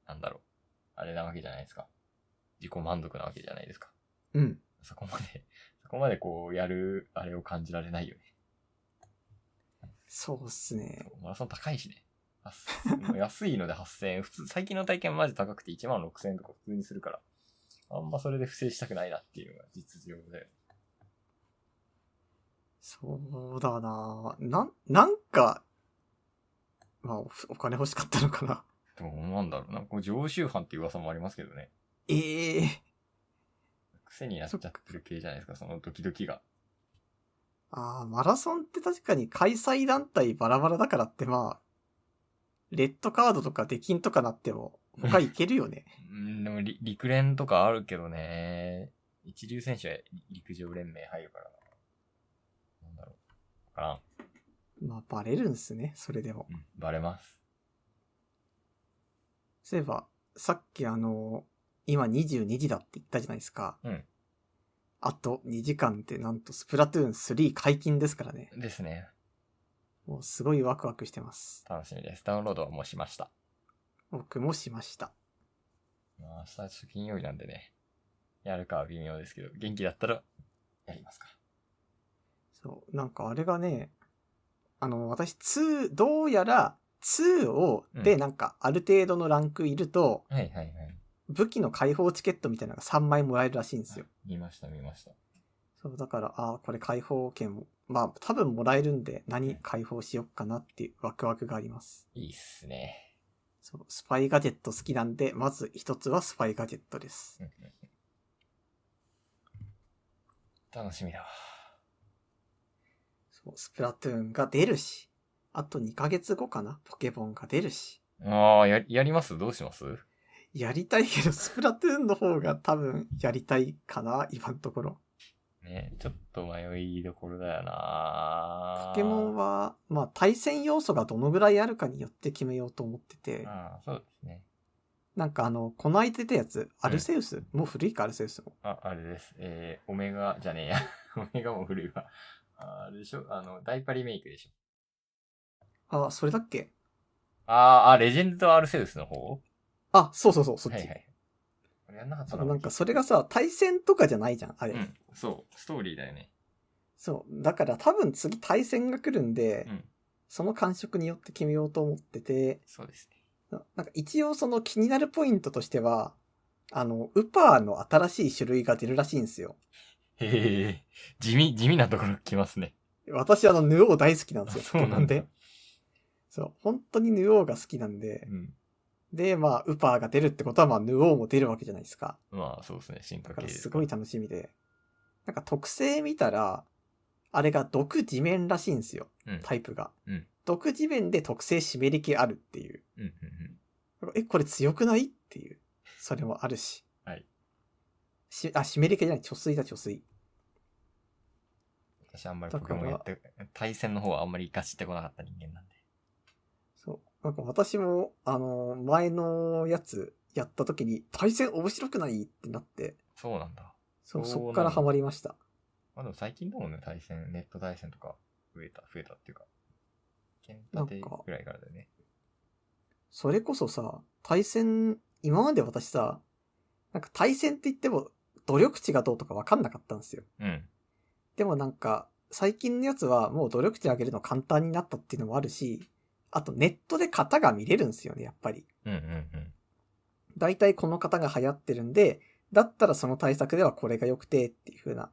B: なんだろう、あれなわけじゃないですか。自己満足なわけじゃないですか。
A: うん。
B: そこまで、 そこまでこう、やる、あれを感じられないよね。
A: そうっすね。
B: マラソン高いしね。あすもう安いので8000円。普通、最近の体験マジ高くて1万6000円とか普通にするから、あんまそれで不正したくないなっていうのが実情で。
A: そうだななん、なんか、まあ、おお金欲しかったのかな。
B: どうなんだろうな。こう常習犯っていう噂もありますけどね。
A: ええ
B: 癖になっちゃってる系じゃないですか、そのドキドキが。
A: ああ、マラソンって確かに開催団体バラバラだからってまあ、レッドカードとか出禁とかなっても、他いけるよね。
B: うん、でもり陸連とかあるけどね。一流選手は陸上連盟入るからな。なんだろう。わからん。
A: まあ、バレるんすね、それでも。
B: うん、バレます。
A: そういえば、さっきあの、今22時だって言ったじゃないですか。
B: うん
A: あと2時間ってなんとスプラトゥーン3解禁ですからね。
B: ですね。
A: もうすごいワクワクしてます。
B: 楽しみです。ダウンロードはもうしました。
A: 僕もしました。
B: まあ、明日ちょっと金曜日なんでね。やるかは微妙ですけど、元気だったら、やりますか。
A: そう、なんかあれがね、あの、私2、どうやら2を、
B: うん
A: でなんかある程度のランクいると、
B: はいはいはい。
A: 武器の解放チケットみたいなのが3枚もらえるらしいんですよ。
B: 見ました見ました。
A: そう、だから、ああ、これ解放券も、まあ多分もらえるんで何解放しよっかなっていうワクワクがあります。
B: いいっすね。
A: そう、スパイガジェット好きなんで、まず一つはスパイガジェットです
B: う。んうんうん楽しみだわ。
A: そう、スプラトゥーンが出るし、あと2ヶ月後かな、ポケボンが出るし。
B: ああ、や、やりますどうします
A: やりたいけど、スプラトゥーンの方が多分やりたいかな、今のところ。
B: ね、ちょっと迷いどころだよな
A: ポケモン
B: は。
A: は、まあ対戦要素がどのぐらいあるかによって決めようと思ってて、
B: ああ、そうですね。
A: なんかあの、この間出たやつ、アルセウス、もう古いか、アルセウスも。
B: あ、あれです。えー、オメガ、じゃねえや。 オメガも古いわ。ああれでしょあの、ダイパリメイクでしょ
A: あ、それだっけ
B: あーあ、レジェンドとアルセウスの方
A: あ、そうそうそう、そっち。
B: はいはい。これやんなかった
A: そうなんかそれが、さ、対戦とかじゃないじゃん、あ
B: う
A: れ。
B: ん、そう、ストーリーだよね。
A: そう。だから多分次対戦が来るんで、
B: うん、
A: その感触によって決めようと思ってて、
B: そうですね。
A: ななんか一応その気になるポイントとしては、あの、ウパーの新しい種類が出るらしいんですよ。
B: へえ、地味、地味なところ来ますね。
A: 私あの、ヌオー大好きなんですよ。
B: あそうなんだ
A: で。そう。本当にヌオーが好きなんで
B: う。ん。
A: で、まあ、ウパーが出るってことは、まあ、ヌオーも出るわけじゃないですか。
B: まあ、そうですね、進化
A: だか
B: 系
A: ら
B: です
A: ごい楽しみで。なんか特性見たら、あれが毒地面らしいんですよ。
B: うん
A: タイプが。
B: うん
A: 毒地面で特性湿り気あるっていう。
B: うん、うん、うん。
A: え、これ強くないっていう。それもあるし。
B: はい
A: し、あ、湿り気じゃない。貯水だ、貯水。
B: 私あんまり
A: だ
B: ポ
A: か
B: ケ
A: ら
B: モンやって、対戦の方はあんまり活かしてこなかった人間なんで。
A: そう。なんか私も、あのー前のやつやった時に、対戦面白くないってなって、
B: そうなんだ。
A: そう、
B: そうな
A: そ
B: んだ
A: っからハマりました。
B: まあでも最近だもんね、対戦、ネット対戦とか増えた、増えたっていうか。剣
A: なん
B: 立
A: か
B: てぐらいからだよね。
A: それこそさ、対戦、今まで私さ、なんか対戦って言っても、努力値がどうとかわかんなかったんですよ。
B: うん。
A: でもなんか、最近のやつはもう努力値上げるの簡単になったっていうのもあるし、あとネットで型が見れるんですよね、やっぱり。
B: うんうん
A: 大体この型が流行ってるんで、だったらその対策ではこれが良くてっていう風な、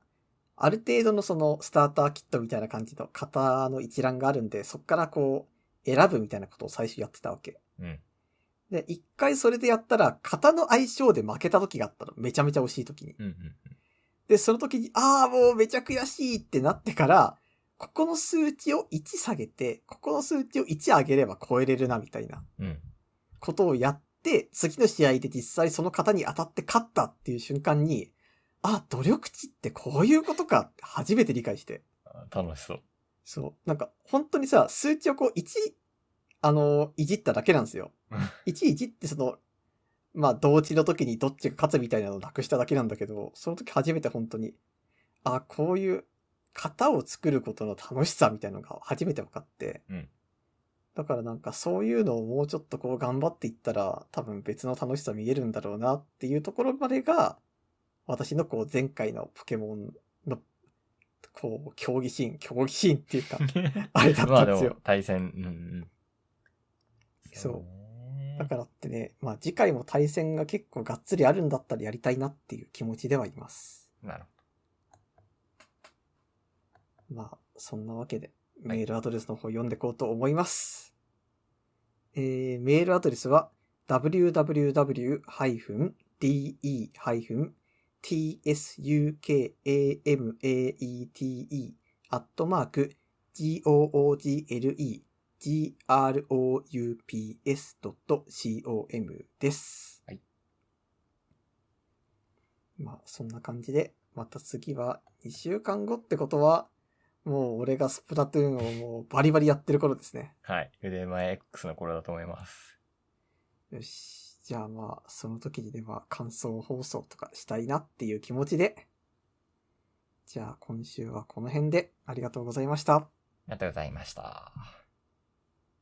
A: ある程度のそのスターターキットみたいな感じの型の一覧があるんで、そっからこう選ぶみたいなことを最初やってたわけ。
B: うん。うん。
A: で、一回それでやったら型の相性で負けた時があったの。めちゃめちゃ惜しい時に。
B: うんうん。
A: で、その時に、ああ、もうめちゃ悔しいってなってから、ここの数値を1下げて、ここの数値を1上げれば超えれるな、みたいな
B: うん。
A: ことをやって、次の試合で実際その方に当たって勝ったっていう瞬間に、あ、努力値ってこういうことかって初めて理解して。
B: あ楽しそう。
A: そう。なんか、本当にさ、数値をこう、1、あのいじっただけなんですよ
B: うん。
A: 1いじってその、まあ、同値の時にどっちが勝つみたいなのをなくしただけなんだけど、その時初めて本当に、あ、こういう型を作ることの楽しさみたいなのが初めて分かって。
B: うん
A: だからなんかそういうのをもうちょっとこう頑張っていったら、多分別の楽しさ見えるんだろうなっていうところまでが、私のこう前回のポケモンの、こう、競技シーン、競技シーンっていう か、あれだっ
B: ま
A: た
B: あ
A: ん
B: で
A: ですよ
B: も。、対戦、うんうん。
A: そう
B: ね
A: だからってね、まあ次回も対戦が結構がっつりあるんだったらやりたいなっていう気持ちではいます。
B: なるほ
A: まあ、そんなわけで、メールアドレスの方読んでいこうと思います。えー、メールアドレスは www-de-tsukamate アットマーク google.groups.com です。
B: はい。
A: まあ、そんな感じで、また次は2週間後ってことは、もう俺がスプラトゥーンをもうバリバリやってる頃ですね。
B: ど。はい。腕前 X の頃だと思います。
A: よし。じゃあまあ、その時にでは感想放送とかしたいなっていう気持ちで。じゃあ今週はこの辺でありがとうございました。
B: ありがとうございました。